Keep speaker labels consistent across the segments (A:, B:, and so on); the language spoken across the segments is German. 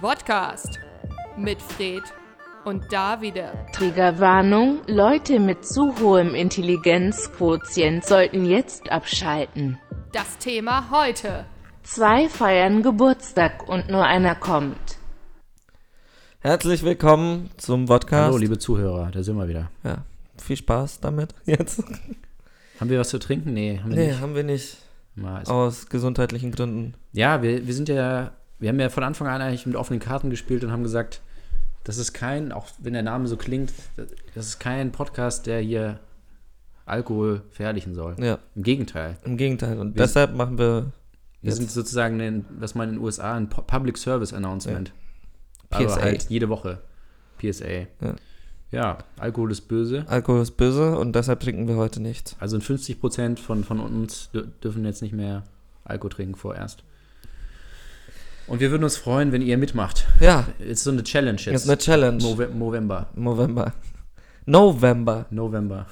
A: Podcast mit Fred und Davide.
B: Triggerwarnung, Leute mit zu hohem Intelligenzquotient sollten jetzt abschalten.
A: Das Thema heute.
B: Zwei feiern Geburtstag und nur einer kommt.
C: Herzlich willkommen zum Podcast.
D: Hallo, liebe Zuhörer, da sind wir wieder.
C: ja, viel Spaß damit jetzt.
D: Haben wir was zu trinken? Nee, haben wir
C: Nee,
D: nicht.
C: haben wir nicht.
D: Mal ist-
C: Aus gesundheitlichen Gründen.
D: Ja, wir, wir sind ja, wir haben ja von Anfang an eigentlich mit offenen Karten gespielt und haben gesagt, das ist kein, auch wenn der Name so klingt, das ist kein Podcast, der hier Alkohol verherrlichen soll.
C: Ja,
D: Im Gegenteil.
C: im Gegenteil. Und deshalb machen wir
D: Wir sind sozusagen, ein, was man in den USA, ein Pu- Public Service Announcement.
C: PSA.
D: Aber halt jede Woche. PSA.
C: Ja.
D: ja, Alkohol ist böse.
C: Alkohol ist böse und deshalb trinken wir heute nicht.
D: Also in 50 Prozent von, von uns dür- dürfen jetzt nicht mehr Alkohol trinken vorerst. Und wir würden uns freuen, wenn ihr mitmacht.
C: Ja,
D: Ist so eine Challenge
C: jetzt
D: jetzt.
C: eine Challenge.
D: Move- Movember.
C: November. November.
D: November.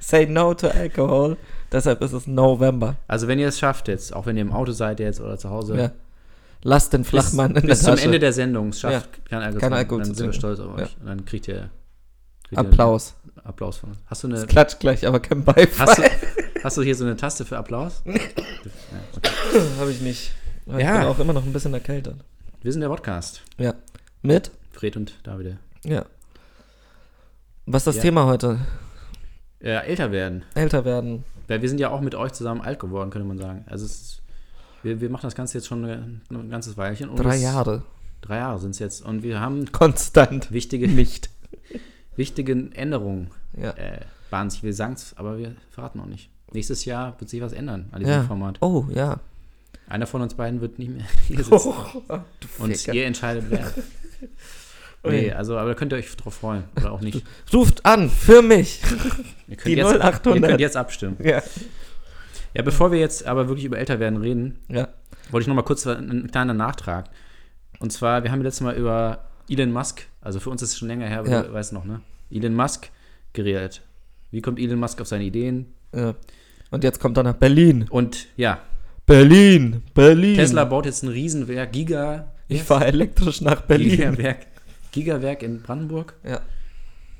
C: Say no to alcohol. deshalb ist es November.
D: Also wenn ihr es schafft jetzt, auch wenn ihr im Auto seid jetzt oder zu Hause,
C: Ja. Lasst den
D: bis,
C: Flachmann in
D: bis
C: der
D: zum
C: Tasche.
D: Ende der Sendung es schafft,
C: Ja.
D: kein Alkohol,
C: Kein
D: zu
C: Alkohol
D: trinken,
C: zu
D: dann sind wir
C: trinken.
D: stolz auf euch. Und dann kriegt ihr, kriegt
C: Applaus.
D: Ihr einen Applaus von uns. Hast du eine
C: Klatsch gleich, aber kein Beifall.
D: hast du, hast du hier so eine Taste für Applaus? ja, okay.
C: Habe ich nicht. Ich
D: Ja.
C: bin auch immer noch ein bisschen erkältet.
D: Wir sind der Podcast.
C: Ja. Mit?
D: Fred und Davide.
C: Ja. Was ist das
D: Ja.
C: Thema heute?
D: Äh, älter werden.
C: Älter werden.
D: Weil wir sind ja auch mit euch zusammen alt geworden, könnte man sagen. Also es ist, wir, wir machen das Ganze jetzt schon ein ein ganzes Weilchen. Und
C: Drei
D: es-
C: Jahre.
D: Drei Jahre sind es jetzt. Und wir haben
C: Konstant.
D: wichtige,
C: Nicht.
D: wichtige Änderungen
C: Ja.
D: äh, bahnen sich. Wir sagen es, aber wir verraten auch nicht. Nächstes Jahr wird sich was ändern an diesem
C: ja.
D: Format.
C: Oh, ja.
D: Einer von uns beiden wird nicht mehr hier sitzen.
C: du
D: und
C: Oh, Ficker.
D: ihr entscheidet, wer. nee, also, aber da könnt ihr euch drauf freuen. Oder auch nicht.
C: Ruft an für mich.
D: Ihr könnt,
C: Die
D: jetzt, ihr
C: 0800.
D: könnt jetzt abstimmen.
C: Ja.
D: Ja, bevor wir jetzt aber wirklich über älter werden reden,
C: ja.
D: wollte ich nochmal kurz einen kleinen Nachtrag. Und zwar, wir haben letztes Mal über Elon Musk, also für uns ist es schon länger her, aber
C: Ja.
D: du weißt noch, ne? Elon Musk geredet. Wie kommt Elon Musk auf seine Ideen?
C: Ja. Und jetzt kommt er nach Berlin.
D: Und ja,
C: Berlin. Berlin.
D: Tesla baut jetzt ein Riesenwerk, Giga,
C: Ich fahre elektrisch nach Berlin.
D: Gigawerk, Gigawerk in Brandenburg.
C: Ja.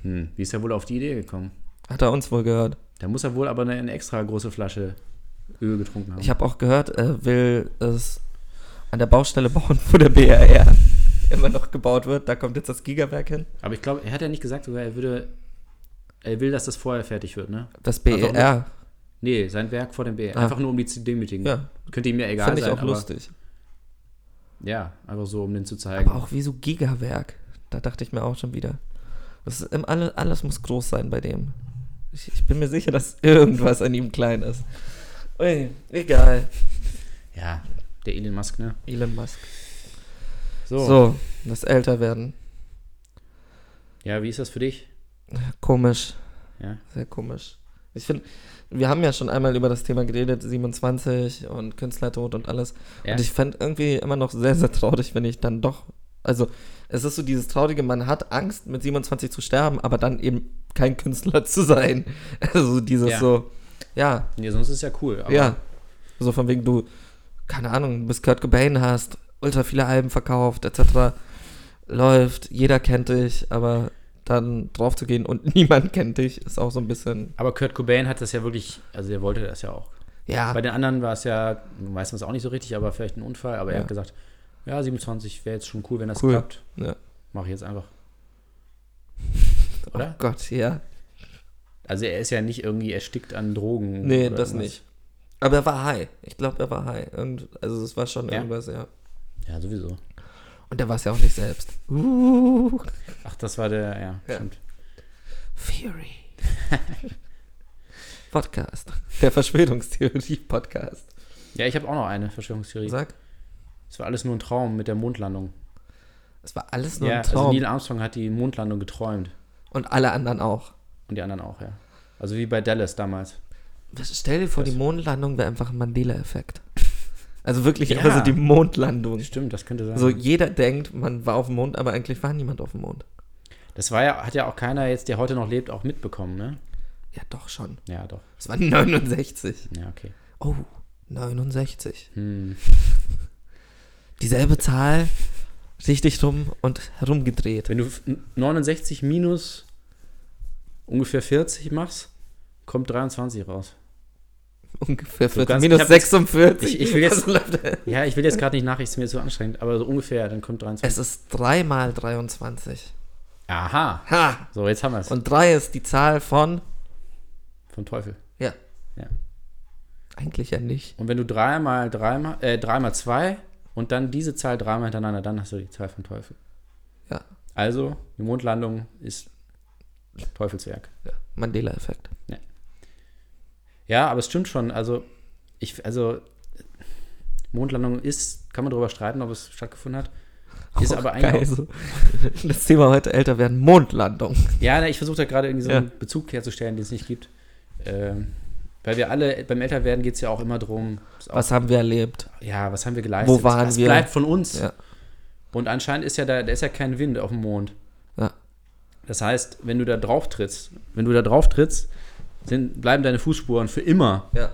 D: Hm, wie ist er wohl auf die Idee gekommen?
C: Hat er uns wohl gehört.
D: Da muss er wohl aber eine, eine extra große Flasche Öl getrunken haben.
C: Ich habe auch gehört, er will es an der Baustelle bauen, wo der BRR immer noch gebaut wird. Da kommt jetzt das Gigawerk hin.
D: aber ich glaube, er hat ja nicht gesagt, sogar er würde, er will, dass das vorher fertig wird, ne?
C: Das
D: Einfach
C: BRR.
D: Nee, sein Werk vor dem BR.
C: Ah.
D: Einfach nur um die zu demütigen.
C: Ja.
D: Könnte ihm ja egal
C: Finde ich
D: sein.
C: auch lustig.
D: Aber, ja, einfach so, um den zu zeigen.
C: Aber auch wie so Gigawerk. Da dachte ich mir auch schon wieder. Das ist im Alle, alles muss groß sein bei dem. Ich, ich bin mir sicher, dass irgendwas an ihm klein ist. Ui, egal.
D: ja, der Elon Musk, ne?
C: Elon Musk.
D: So.
C: So, das Älterwerden.
D: Ja, wie ist das für dich?
C: Komisch.
D: Ja.
C: Sehr komisch. Ich finde, wir haben ja schon einmal über das Thema geredet, 27 und Künstlertod und alles.
D: Ja.
C: Und ich fände irgendwie immer noch sehr, sehr traurig, wenn ich dann doch. Also, es ist so dieses traurige, man hat Angst, mit 27 zu sterben, aber dann eben kein Künstler zu sein. Also, dieses
D: Ja.
C: so, ja,
D: Nee, sonst ist ja cool. Aber
C: ja. So von wegen, du, keine Ahnung, du bist Kurt Cobain, hast ultra viele Alben verkauft, etc. Läuft, jeder kennt dich, aber dann drauf zu gehen und niemand kennt dich, ist auch so ein bisschen,
D: Aber Kurt Cobain hat das ja wirklich, also er wollte das ja auch.
C: ja,
D: Bei den anderen war es ja, weiß man es auch nicht so richtig, aber vielleicht ein Unfall. Aber
C: Ja.
D: er hat gesagt, ja, 27 wäre jetzt schon cool, wenn das
C: Cool.
D: klappt.
C: Ja.
D: Mach ich jetzt einfach. Oder?
C: Oh Gott, ja.
D: Also er ist ja nicht irgendwie erstickt an Drogen.
C: Nee,
D: oder
C: das
D: irgendwas.
C: nicht. Aber er war high. Ich glaube, er war high. Irgend, also es war schon
D: Ja?
C: irgendwas, ja.
D: Ja, sowieso.
C: Und er war es ja auch nicht selbst. Uh,
D: Ach, das war der, ja,
C: Ja.
D: stimmt.
C: Fury. Podcast. Der Verschwörungstheorie-Podcast.
D: Ja, ich habe auch noch eine Verschwörungstheorie.
C: Sag,
D: Es war alles nur ein Traum mit der Mondlandung.
C: es war alles nur
D: ja,
C: ein Traum.
D: also Neil Armstrong hat die Mondlandung geträumt.
C: Und alle anderen auch.
D: Und die anderen auch, ja. Also wie bei Dallas damals.
C: Was- Stell dir vor, die Mondlandung wäre einfach ein Mandela-Effekt. Also wirklich,
D: Ja.
C: also die Mondlandung.
D: Stimmt, das könnte sein.
C: So jeder denkt, man war auf dem Mond, aber eigentlich war niemand auf dem Mond.
D: das war ja, hat ja auch keiner jetzt, der heute noch lebt, auch mitbekommen, ne?
C: Ja, doch schon.
D: Ja, doch.
C: Es war 69.
D: Ja, okay.
C: Oh, 69.
D: Hm.
C: Dieselbe Zahl richtig rum und herumgedreht.
D: Wenn du f- 69 minus ungefähr 40 machst, kommt 23 raus.
C: Ungefähr 40.
D: kannst- ich
C: minus
D: hab jetzt-
C: 46.
D: ich- ich will
C: Das
D: jetzt-
C: läuft-
D: Ja, ich will jetzt gerade nicht nachrichten, ist mir zu anstrengend, aber so ungefähr, dann kommt 23.
C: es ist 3 mal 23.
D: Aha.
C: Ha!
D: So, jetzt haben wir es.
C: Und 3 ist die Zahl von.
D: Vom Teufel.
C: Ja.
D: Ja.
C: Eigentlich ja nicht.
D: Und wenn du dreimal, dreimal, äh, dreimal zwei und dann diese Zahl dreimal hintereinander, dann hast du die Zahl vom Teufel.
C: Ja.
D: Also, die Mondlandung ist Teufelswerk.
C: ja. Mandela-Effekt.
D: Ja, aber es stimmt schon. Also, ich, also, Mondlandung ist, kann man darüber streiten, ob es stattgefunden hat. Ist
C: Auch
D: aber
C: Oh, geil,
D: eigentlich.
C: so. Das Thema heute älter werden: Mondlandung.
D: Ja, na, ich versuche da gerade irgendwie so einen
C: Ja.
D: Bezug herzustellen, den es nicht gibt. Ähm, weil wir alle, beim Älterwerden geht es ja auch immer drum, ist auch,
C: Was haben wir erlebt?
D: ja, was haben wir geleistet?
C: waren
D: das
C: wir?
D: bleibt von uns.
C: Ja.
D: Und anscheinend ist ja da, da ist ja kein Wind auf dem Mond.
C: Ja.
D: Das heißt, wenn du da drauf trittst, wenn du da drauf trittst, sind, bleiben deine Fußspuren für immer.
C: Ja.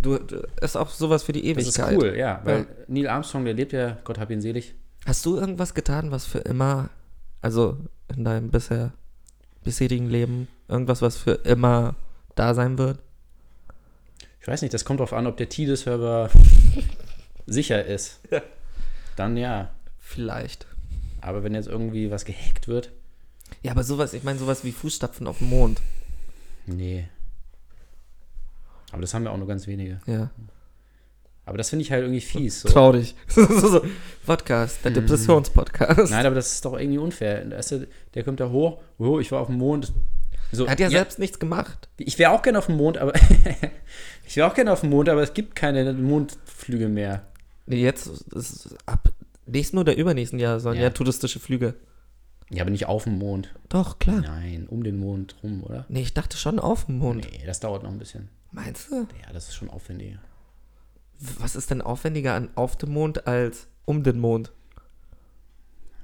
C: Du, du ist auch sowas für die
D: Das ist
C: Ewigkeit.
D: cool, ja. Weil
C: Ja.
D: Neil Armstrong, der lebt ja, Gott hab ihn selig.
C: Hast du irgendwas getan, was für immer, also in deinem bisher bisherigen Leben, irgendwas, was für immer da sein wird?
D: Ich weiß nicht, das kommt drauf an, ob der TIDE-Server sicher ist. Dann ja.
C: Vielleicht.
D: Aber wenn jetzt irgendwie was gehackt wird,
C: Ja, aber sowas, ich meine sowas wie Fußstapfen auf dem Mond.
D: nee. Aber das haben wir auch nur ganz wenige.
C: Ja.
D: Aber das finde ich halt irgendwie fies. So. Mhm.
C: Traurig. so, so, so. Podcast, der Depressionspodcast.
D: Nein, aber das ist doch irgendwie unfair. Weißt du, der kommt da hoch, oh, ich war auf dem Mond. So,
C: er hat ja, selbst nichts gemacht.
D: Ich wäre auch gerne auf dem Mond, aber ich wäre auch gerne auf dem Mond, aber es gibt keine Mondflüge mehr.
C: Nee, jetzt ist es ab nächsten oder übernächsten Jahr sollen ja,
D: Ja.
C: touristische Flüge.
D: Ja, aber nicht auf dem Mond.
C: Doch, klar.
D: Nein, um den Mond rum, oder?
C: Nee, ich dachte schon auf dem Mond.
D: Nee, das dauert noch ein bisschen.
C: Meinst du?
D: Ja, das ist schon aufwendig.
C: Was ist denn aufwendiger an auf dem Mond als um den Mond?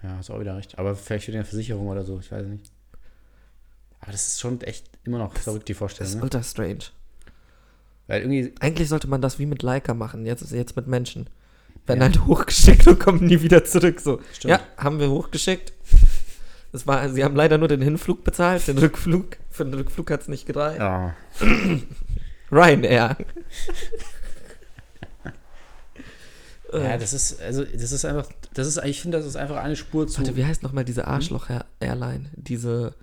D: Ja, hast auch wieder recht. Aber vielleicht für die Versicherung oder so, ich weiß nicht. Aber das ist schon echt immer noch verrückt, die
C: Das
D: Vorstellung.
C: ist
D: Ne?
C: ultra strange.
D: Weil irgendwie,
C: Eigentlich sollte man das wie mit Leica machen, jetzt, jetzt mit Menschen. Werden halt hochgeschickt und kommen nie wieder zurück. So.
D: Stimmt.
C: Ja, haben wir hochgeschickt. Das war, sie haben leider nur den Hinflug bezahlt, den Rückflug. Für den Rückflug hat es nicht gereicht.
D: ja,
C: Ryanair. Äh,
D: ja, das ist, also, das ist einfach, das ist, ich finde, das ist einfach eine Spur zu.
C: Warte, wie heißt nochmal
D: Hm?
C: diese Arschloch-Airline? Diese,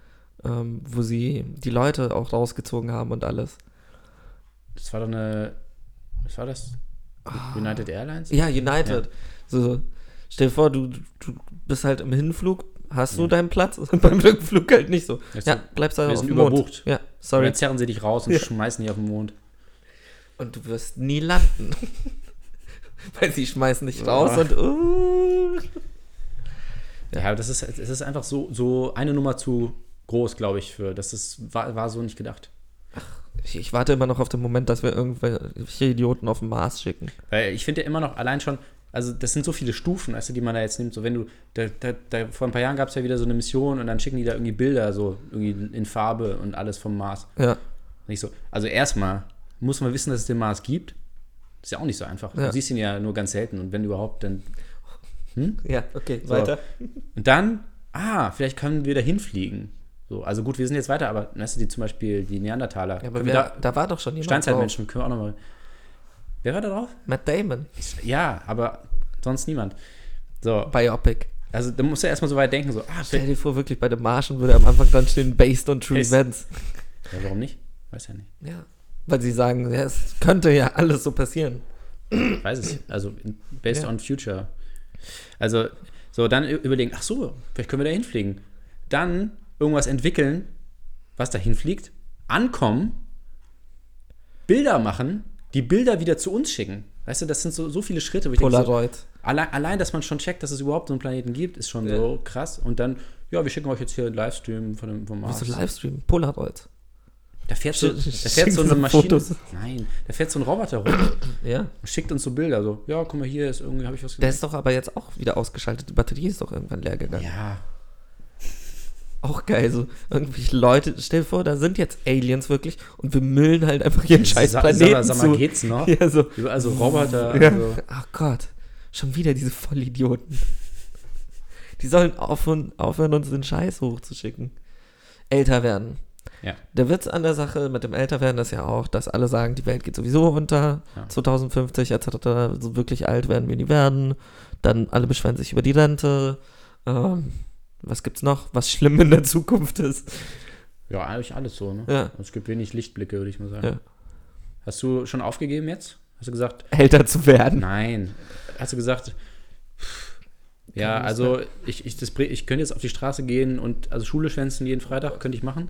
C: ähm, wo sie die Leute auch rausgezogen haben und alles.
D: Das war doch eine, was war das? United Airlines?
C: Ah. Ja, United. So, stell dir vor, du, du bist halt im Hinflug, hast du deinen Platz und beim Rückflug halt nicht so.
D: Jetzt
C: ja,
D: so,
C: bleibst halt
D: wir
C: auf
D: sind
C: dem Mond.
D: überbucht.
C: Ja,
D: Und
C: sorry.
D: dann zerren sie dich raus und schmeißen dich auf den Mond.
C: Und du wirst nie landen. Weil sie schmeißen dich raus
D: Ah.
C: und uh,
D: Ja, aber das ist, es ist einfach so, so eine Nummer zu groß, glaube ich, für. Das ist, war, war so nicht gedacht.
C: ich, ich warte immer noch auf den Moment, dass wir irgendwelche Idioten auf den Mars schicken.
D: Weil ich finde ja immer noch allein schon, also das sind so viele Stufen, weißt du, die man da jetzt nimmt. So, wenn du, da, da, da, vor ein paar Jahren gab es ja wieder so eine Mission und dann schicken die da irgendwie Bilder, so irgendwie in Farbe und alles vom Mars.
C: Ja,
D: Nicht so. Also erstmal muss man wissen, dass es den Mars gibt. Ist ja auch nicht so einfach.
C: Ja.
D: Du siehst ihn ja nur ganz selten und wenn überhaupt, dann
C: ja, okay,
D: So.
C: weiter.
D: Und dann, ah, vielleicht können wir da hinfliegen. So, also gut, wir sind jetzt weiter, aber weißt du, die zum Beispiel die Neandertaler.
C: Ja, aber wer,
D: Können wir
C: da,
D: da,
C: war doch schon jemand
D: Steinzeitmenschen, können wir auch nochmal. Wer war da drauf?
C: drauf. Matt Damon,
D: Ja, aber sonst niemand. So,
C: Biopic.
D: also da musst du erstmal so weit denken, so, ah,
C: Stell
D: vielleicht,
C: dir vor, wirklich bei den Marschen würde am Anfang dann stehen, based on true
D: Ist-
C: events.
D: ja, warum nicht? Weiß ja nicht.
C: Ja. Weil sie sagen, ja, es könnte ja alles so passieren.
D: Ich weiß es. Also, in- based
C: Ja.
D: on future. Also, so, dann ü- überlegen, ach so, vielleicht können wir da hinfliegen. Dann irgendwas entwickeln, was da hinfliegt, ankommen, Bilder machen, die Bilder wieder zu uns schicken. Weißt du, das sind so, so viele Schritte. wo ich denke, so,
C: Polaroid.
D: Allein, allein, dass man schon checkt, dass es überhaupt so einen Planeten gibt, ist schon so krass. Und dann, ja, wir schicken euch jetzt hier einen Livestream von dem vom Mars.
C: So Livestream, Polaroid.
D: Da fährt so, da fährt
C: Schicken
D: so eine
C: Sie
D: Maschine.
C: Fotos.
D: Nein, da fährt so ein Roboter rum
C: Ja.
D: und schickt uns so Bilder. So, ja, guck mal, hier ist irgendwie, habe ich was
C: Der ist doch aber jetzt auch wieder ausgeschaltet. Die Batterie ist doch irgendwann leer gegangen.
D: Ja,
C: Auch geil. So irgendwelche Leute, stell dir vor, da sind jetzt Aliens wirklich und wir müllen halt einfach ihren scheiß
D: Sa-
C: Planeten
D: sag mal, sag mal,
C: zu.
D: geht's noch?
C: Ja, so.
D: Überall so Roboter.
C: Ja.
D: Also,
C: Ach Gott, schon wieder diese Vollidioten. Die sollen aufhören, aufhören uns den Scheiß hochzuschicken. Älter werden.
D: Ja.
C: Der Witz an der Sache mit dem Älterwerden ist ja auch, dass alle sagen, die Welt geht sowieso unter,
D: Ja.
C: 2050 etc., so wirklich alt werden wir nie werden, dann alle beschweren sich über die Rente, ähm, was gibt's noch, was schlimm in der Zukunft ist.
D: Ja, eigentlich alles so, ne?
C: Ja.
D: Es gibt wenig Lichtblicke, würde ich mal sagen.
C: Ja.
D: Hast du schon aufgegeben jetzt? Hast du gesagt,
C: Älter zu werden.
D: nein. Hast du gesagt, pff, ja,
C: Kann nicht
D: also ich, ich, das, bring- ich könnte jetzt auf die Straße gehen und also Schule schwänzen jeden Freitag, könnte ich machen.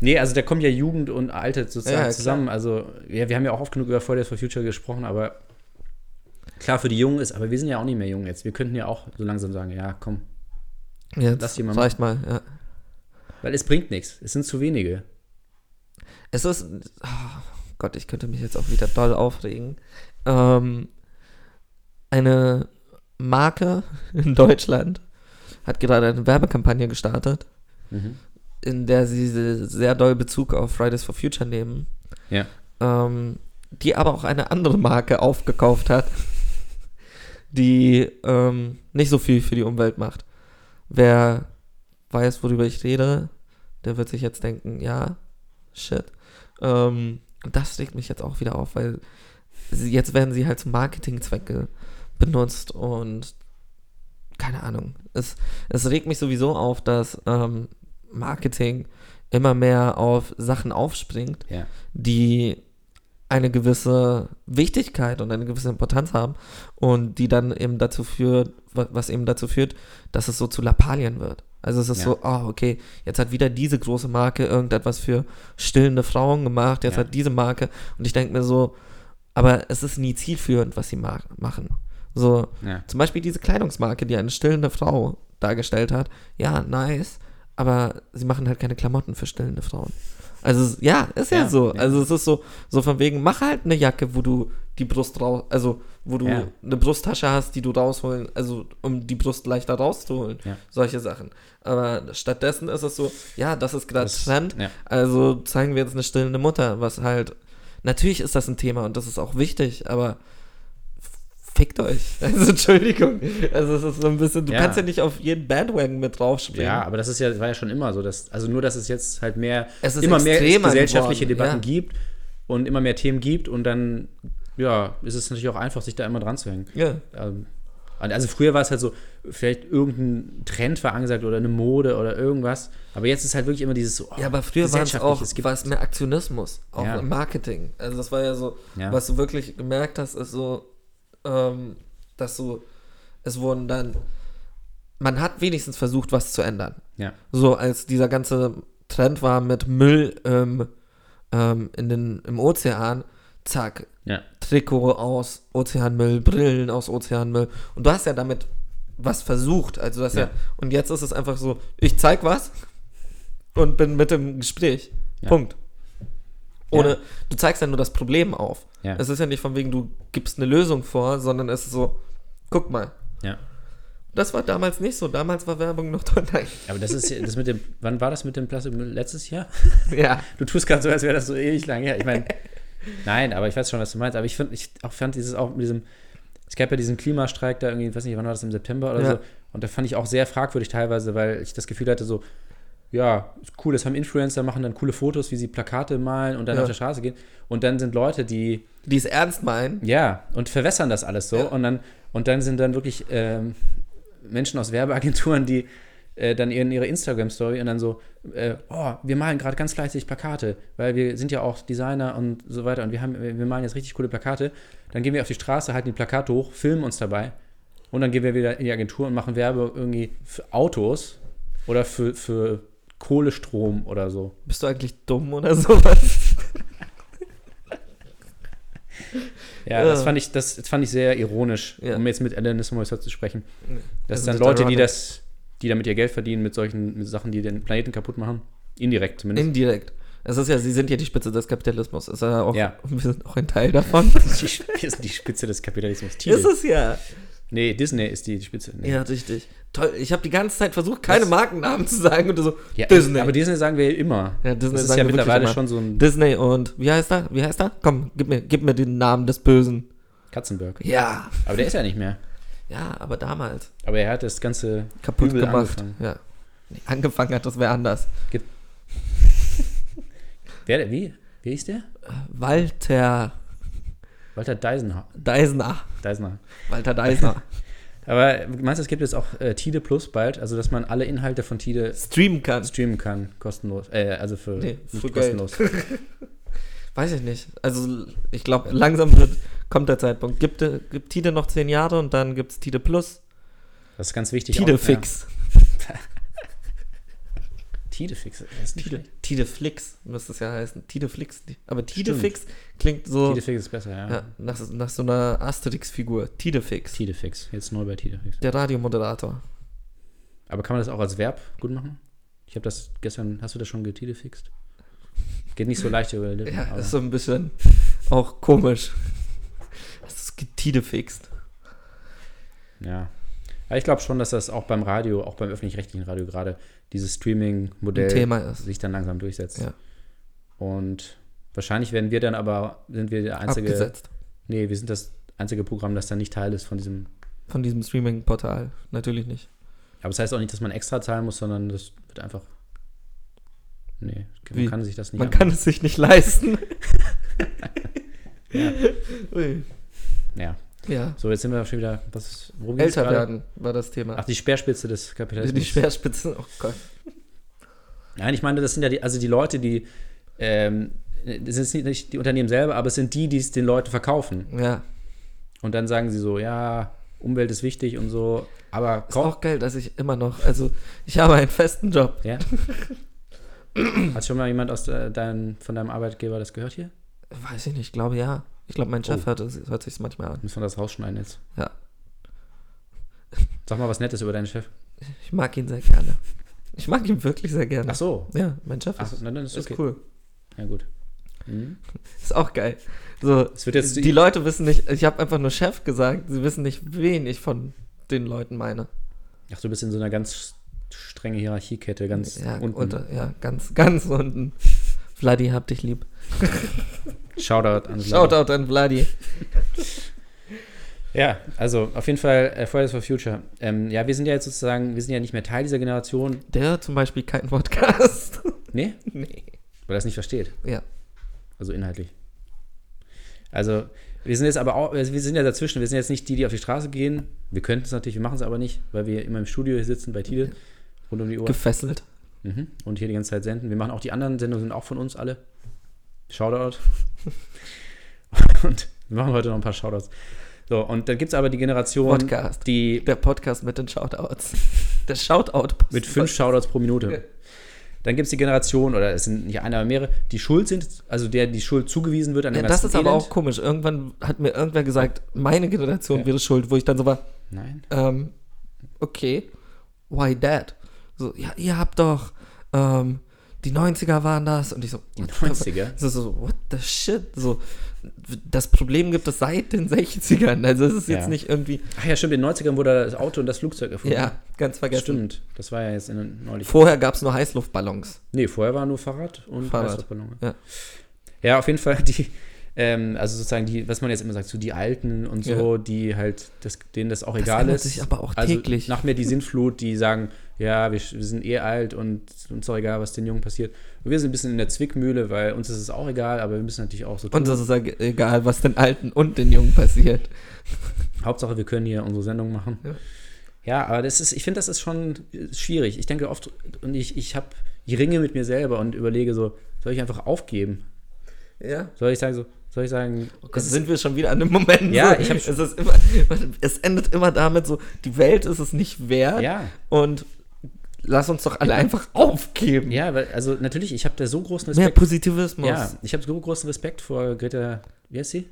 D: Nee, also da kommen ja Jugend und Alte sozusagen
C: Ja, ja,
D: zusammen. Also ja, wir haben ja auch oft genug über Fridays for Future gesprochen, aber klar für die Jungen ist, aber wir sind ja auch nicht mehr jung jetzt. Wir könnten ja auch so langsam sagen, ja, komm.
C: Jetzt
D: Lass die mal
C: reicht mal. Ja.
D: Weil es bringt nichts. Es sind zu wenige.
C: Es ist. Oh Gott, ich könnte mich jetzt auch wieder doll aufregen. Ähm, eine Marke in Deutschland hat gerade eine Werbekampagne gestartet,
D: Mhm.
C: in der sie se- sehr doll Bezug auf Fridays for Future nehmen.
D: Ja.
C: Ähm, die aber auch eine andere Marke aufgekauft hat, die ähm, nicht so viel für die Umwelt macht. Wer weiß, worüber ich rede, der wird sich jetzt denken, ja, shit. Ähm, das regt mich jetzt auch wieder auf, weil sie, jetzt werden sie halt zu Marketingzwecke benutzt und keine Ahnung. Es, es regt mich sowieso auf, dass ähm, Marketing immer mehr auf Sachen aufspringt,
D: Ja.
C: die eine gewisse Wichtigkeit und eine gewisse Importanz haben und die dann eben dazu führt, wa- was eben dazu führt, dass es so zu Lappalien wird. Also es ist
D: Ja.
C: so, ah okay, jetzt hat wieder diese große Marke irgendetwas für stillende Frauen gemacht, jetzt
D: Ja.
C: hat diese Marke und ich denke mir so, aber es ist nie zielführend, was sie ma machen. So,
D: Ja.
C: zum Beispiel diese Kleidungsmarke, die eine stillende Frau dargestellt hat. Ja, nice, aber sie machen halt keine Klamotten für stillende Frauen. Also es- ja, ist ja,
D: Ja,
C: so.
D: ja.
C: Also es ist so, so von wegen, mach halt eine Jacke, wo du die Brust raus, also wo du
D: Ja.
C: eine Brusttasche hast, die du rausholen, also um die Brust leichter rauszuholen.
D: Ja.
C: Solche Sachen. Aber stattdessen ist es so, ja, das ist gerade
D: Das-
C: Trend,
D: ja.
C: also zeigen wir jetzt eine stillende Mutter, was halt, natürlich ist das ein Thema und das ist auch wichtig, aber fickt euch. Also Entschuldigung. Also es ist so ein bisschen, du
D: Ja.
C: kannst ja nicht auf jeden Bandwagon mit draufspringen.
D: Ja, aber das ist ja, war ja schon immer so. Dass, also nur, dass es jetzt halt mehr,
C: Es ist
D: immer mehr
C: extremer
D: gesellschaftliche
C: geworden,
D: Debatten
C: ja.
D: gibt und immer mehr Themen gibt und dann, ja, ist es natürlich auch einfach, sich da immer dran zu hängen.
C: Ja.
D: Ähm, also früher war es halt so, vielleicht irgendein Trend war angesagt oder eine Mode oder irgendwas, aber jetzt ist halt wirklich immer dieses so, oh,
C: Ja, aber früher war es auch,
D: gesellschaftliches gibt-
C: war es mehr Aktionismus, auch
D: Ja.
C: im Marketing. Also das war ja so,
D: Ja.
C: was du wirklich gemerkt hast, ist so, ähm, dass so, es wurden dann, man hat wenigstens versucht, was zu ändern.
D: Ja,
C: So als dieser ganze Trend war mit Müll ähm, ähm, in den, im Ozean, zack,
D: ja,
C: Trikot aus Ozeanmüll, Brillen aus Ozeanmüll. Und du hast ja damit was versucht. Also das ja. ja
D: Ja.
C: und jetzt ist es einfach so, ich zeig was und bin mit im Gespräch.
D: Ja.
C: Punkt. Ohne,
D: Ja.
C: du zeigst ja nur das Problem auf.
D: Ja.
C: Es ist ja nicht von wegen, du gibst eine Lösung vor, sondern es ist so, guck mal.
D: ja.
C: Das war damals nicht so. Damals war Werbung noch toll. Nein.
D: Aber das ist ja- das mit dem, wann war das mit dem Plastikmüll? Letztes Jahr?
C: Ja.
D: Du tust gerade so, als wäre das so ewig lang her. Ich meine, nein, aber ich weiß schon, was du meinst. Aber ich, find, ich auch fand dieses auch mit diesem, es gab ja diesen Klimastreik da irgendwie, ich weiß nicht, wann war das, im September oder
C: Ja.
D: so. Und da fand ich auch sehr fragwürdig teilweise, weil ich das Gefühl hatte, so, ja, ist cool, das haben Influencer, machen dann coole Fotos, wie sie Plakate malen und dann
C: Ja.
D: auf der Straße gehen. Und dann sind Leute, die,
C: Die es ernst meinen.
D: ja, und verwässern das alles so.
C: Ja.
D: Und, dann, und dann sind dann wirklich ähm, Menschen aus Werbeagenturen, die äh, dann in ihre Instagram-Story und dann so, äh, oh, wir malen gerade ganz fleißig Plakate, weil wir sind ja auch Designer und so weiter und wir, haben, wir malen jetzt richtig coole Plakate. Dann gehen wir auf die Straße, halten die Plakate hoch, filmen uns dabei und dann gehen wir wieder in die Agentur und machen Werbe irgendwie für Autos oder für, für Kohlestrom oder so.
C: Bist du eigentlich dumm oder sowas?
D: Ja,
C: Ja.
D: Das, fand ich, das fand ich sehr ironisch,
C: Ja.
D: um jetzt mit Alanis Morissette zu sprechen. Dass
C: Also
D: dann
C: mit
D: Leute, die
C: ironic.
D: das, die damit ihr Geld verdienen, mit solchen mit Sachen, die den Planeten kaputt machen, indirekt zumindest.
C: Indirekt. Es ist ja, sie sind ja die Spitze des Kapitalismus. Ist ja auch,
D: Ja.
C: wir sind auch ein Teil davon.
D: die, wir sind die Spitze des Kapitalismus.
C: ist
D: Tiere.
C: es ja.
D: Nee, Disney ist die Spitze. Nee.
C: Ja, richtig. Toll. Ich habe die ganze Zeit versucht, keine
D: Was?
C: Markennamen zu sagen und so.
D: Ja,
C: Disney.
D: Aber Disney sagen wir immer.
C: Ja, Disney
D: das ist
C: sagen
D: ja
C: wir wirklich
D: mittlerweile
C: immer.
D: schon so ein
C: Disney und wie heißt er? Wie heißt er? Komm, gib mir, gib mir den Namen des Bösen.
D: Katzenberg.
C: Ja.
D: Aber der ist ja nicht mehr.
C: Ja, aber damals.
D: Aber er hat das Ganze
C: Kaputt
D: übel
C: gemacht.
D: angefangen.
C: Ja. Nee, angefangen hat, das wäre anders.
D: Wer, wie? Wie hieß der?
C: Walter
D: Walter Deisner.
C: Deisner.
D: Deisner.
C: Walter Deisner.
D: Aber meinst du, es gibt jetzt auch äh, Tide Plus bald? Also, dass man alle Inhalte von Tide
C: Streamen kann.
D: streamen kann, kostenlos. Äh, also für,
C: Nee,
D: nicht
C: für Geld.
D: kostenlos.
C: Weiß ich nicht. Also ich glaube, langsam wird, kommt der Zeitpunkt. Gibt, gibt Tide noch zehn Jahre und dann gibt es Tide Plus.
D: Das ist ganz wichtig. auch-
C: Tide Fix.
D: Ja. Tide Fix. das Ist nicht
C: Tide,
D: schlecht.
C: Tide Flix müsste es ja heißen. Tide Flix. Aber Tide
D: Stimmt.
C: Fix klingt so
D: Tide Fix ist besser, ja.
C: Oh. ja, nach, nach so einer Asterix-Figur. Tide Fix.
D: Tide Fix. Jetzt neu bei Tide Fix.
C: Der Radiomoderator.
D: Aber kann man das auch als Verb gut machen? Ich habe das gestern. Hast du das schon getidefixt? Geht nicht so leicht über die Lippen.
C: Ja,
D: aber
C: ist so ein bisschen auch komisch. Das ist getidefixt.
D: ja. Aber ich glaube schon, dass das auch beim Radio, auch beim öffentlich-rechtlichen Radio gerade dieses Streaming-Modell
C: Ein Thema ist.
D: sich dann langsam durchsetzt.
C: Ja.
D: Und wahrscheinlich werden wir dann aber, sind wir der einzige.
C: Abgesetzt.
D: Nee, wir sind das einzige Programm, das dann nicht Teil ist von diesem.
C: Von diesem Streaming-Portal. Natürlich nicht.
D: Aber das heißt auch nicht, dass man extra zahlen muss, sondern das wird einfach. Nee, man
C: Wie?
D: kann sich das nicht.
C: Man
D: anbieten.
C: kann es sich nicht leisten. Ui.
D: Ja.
C: ja.
D: So, jetzt sind wir schon wieder. Was ist, wo ging's
C: Älter
D: gerade?
C: werden war das Thema.
D: Ach, die Speerspitze des Kapitalismus.
C: die Speerspitzen. Oh Gott.
D: Nein, ich meine, das sind ja die, also die Leute, die. Ähm, das sind nicht- nicht die Unternehmen selber, aber es sind die, die es den Leuten verkaufen.
C: Ja.
D: Und dann sagen sie so, ja, Umwelt ist wichtig und so, aber
C: Ist
D: kauf-
C: auch geil, dass ich immer noch, also ich habe einen festen Job.
D: Ja. Hat schon mal jemand aus de, dein, von deinem Arbeitgeber das gehört hier?
C: Weiß ich nicht, ich glaube ja. Ich glaube, mein Chef
D: Oh.
C: hört, es- hört sich es manchmal an.
D: Müssen wir das rausschneiden jetzt?
C: Ja.
D: Sag mal was Nettes über deinen Chef.
C: Ich mag ihn sehr gerne. Ich mag ihn wirklich sehr gerne.
D: Ach so.
C: Ja, mein Chef
D: Ach,
C: ist,
D: na, dann ist
C: ist
D: okay.
C: cool.
D: Ja, gut. Mhm.
C: Ist auch geil. So,
D: Es wird jetzt
C: die Leute wissen nicht, ich habe einfach nur Chef gesagt, sie wissen nicht, wen ich von den Leuten meine.
D: Ach, du bist in so einer ganz strenge Hierarchiekette, ganz
C: Ja,
D: unten.
C: unter, ja ganz, ganz unten. Vladi, hab dich lieb.
D: Shoutout an Vlado.
C: Shoutout an Vladi.
D: Ja, also auf jeden Fall äh, Fridays for Future. Ähm, ja, wir sind ja jetzt sozusagen, wir sind ja nicht mehr Teil dieser Generation.
C: Der hört zum Beispiel keinen Podcast.
D: Nee,
C: nee.
D: weil er es nicht versteht.
C: Ja.
D: Also inhaltlich. Also, wir sind jetzt aber auch, also wir sind ja dazwischen, wir sind jetzt nicht die, die auf die Straße gehen. Wir könnten es natürlich, wir machen es aber nicht, weil wir immer im Studio hier sitzen bei Tide, rund um die Uhr
C: Gefesselt.
D: mhm. und hier die ganze Zeit senden. Wir machen auch die anderen Sendungen, sind auch von uns alle. Shoutout. und wir machen heute noch ein paar Shoutouts. So, und dann gibt es aber die Generation,
C: Podcast.
D: die
C: Der Podcast mit den Shoutouts. Der Shoutout.
D: mit fünf Shoutouts pro Minute. Dann gibt es die Generation, oder es sind nicht einer, aber mehrere, die schuld sind, also der die Schuld zugewiesen wird an
C: Ja,
D: dem
C: das
D: ganzen
C: ist aber
D: Elend.
C: auch komisch. Irgendwann hat mir irgendwer gesagt, meine Generation
D: Ja.
C: wäre schuld, wo ich dann so war,
D: Nein.
C: ähm, okay, why that? So, ja, ihr habt doch, ähm, die 90er waren das. Und ich so,
D: Die
C: what the-
D: 90er?
C: So, so, what the shit? So, das Problem gibt es seit den 60ern. Also, es ist jetzt
D: Ja.
C: nicht irgendwie,
D: Ach ja, stimmt, in den 90ern wurde das Auto und das Flugzeug erfunden.
C: ja, ganz vergessen.
D: stimmt. Das war ja jetzt in, neulich.
C: Vorher gab es nur Heißluftballons.
D: Nee, vorher war nur Fahrrad und
C: Fahrrad.
D: Heißluftballon.
C: Ja.
D: ja, auf jeden Fall die, ähm, also sozusagen die, was man jetzt immer sagt, so die Alten und so, die halt, das, denen das auch egal
C: ändert
D: ist.
C: sich aber auch
D: also
C: täglich.
D: Nach mir die Sinnflut, die sagen, ja, wir, sch- wir sind eh alt und uns ist auch egal, was den Jungen passiert. Und wir sind ein bisschen in der Zwickmühle, weil uns ist es auch egal, aber wir müssen natürlich auch so tun.
C: Und das ist eg- egal, was den Alten und den Jungen passiert.
D: Hauptsache, wir können hier unsere Sendung machen. Ja,
C: Ja.
D: aber das ist, ich finde, das ist schon äh, schwierig. Ich denke oft, und ich, ich habe, ich ringe mit mir selber und überlege so, soll ich einfach aufgeben?
C: Ja.
D: Soll ich sagen so, soll ich sagen,
C: Oh Gott, sind wir schon wieder an dem Moment.
D: Ja,
C: so,
D: ich hab-
C: es, ist immer, es endet immer damit so, die Welt ist es nicht wert
D: ja,
C: und lass uns doch alle einfach aufgeben.
D: ja, weil, also natürlich, ich habe da so großen
C: Mehr
D: Respekt.
C: Positivismus.
D: ja, ich habe so großen Respekt vor Greta, wie heißt sie?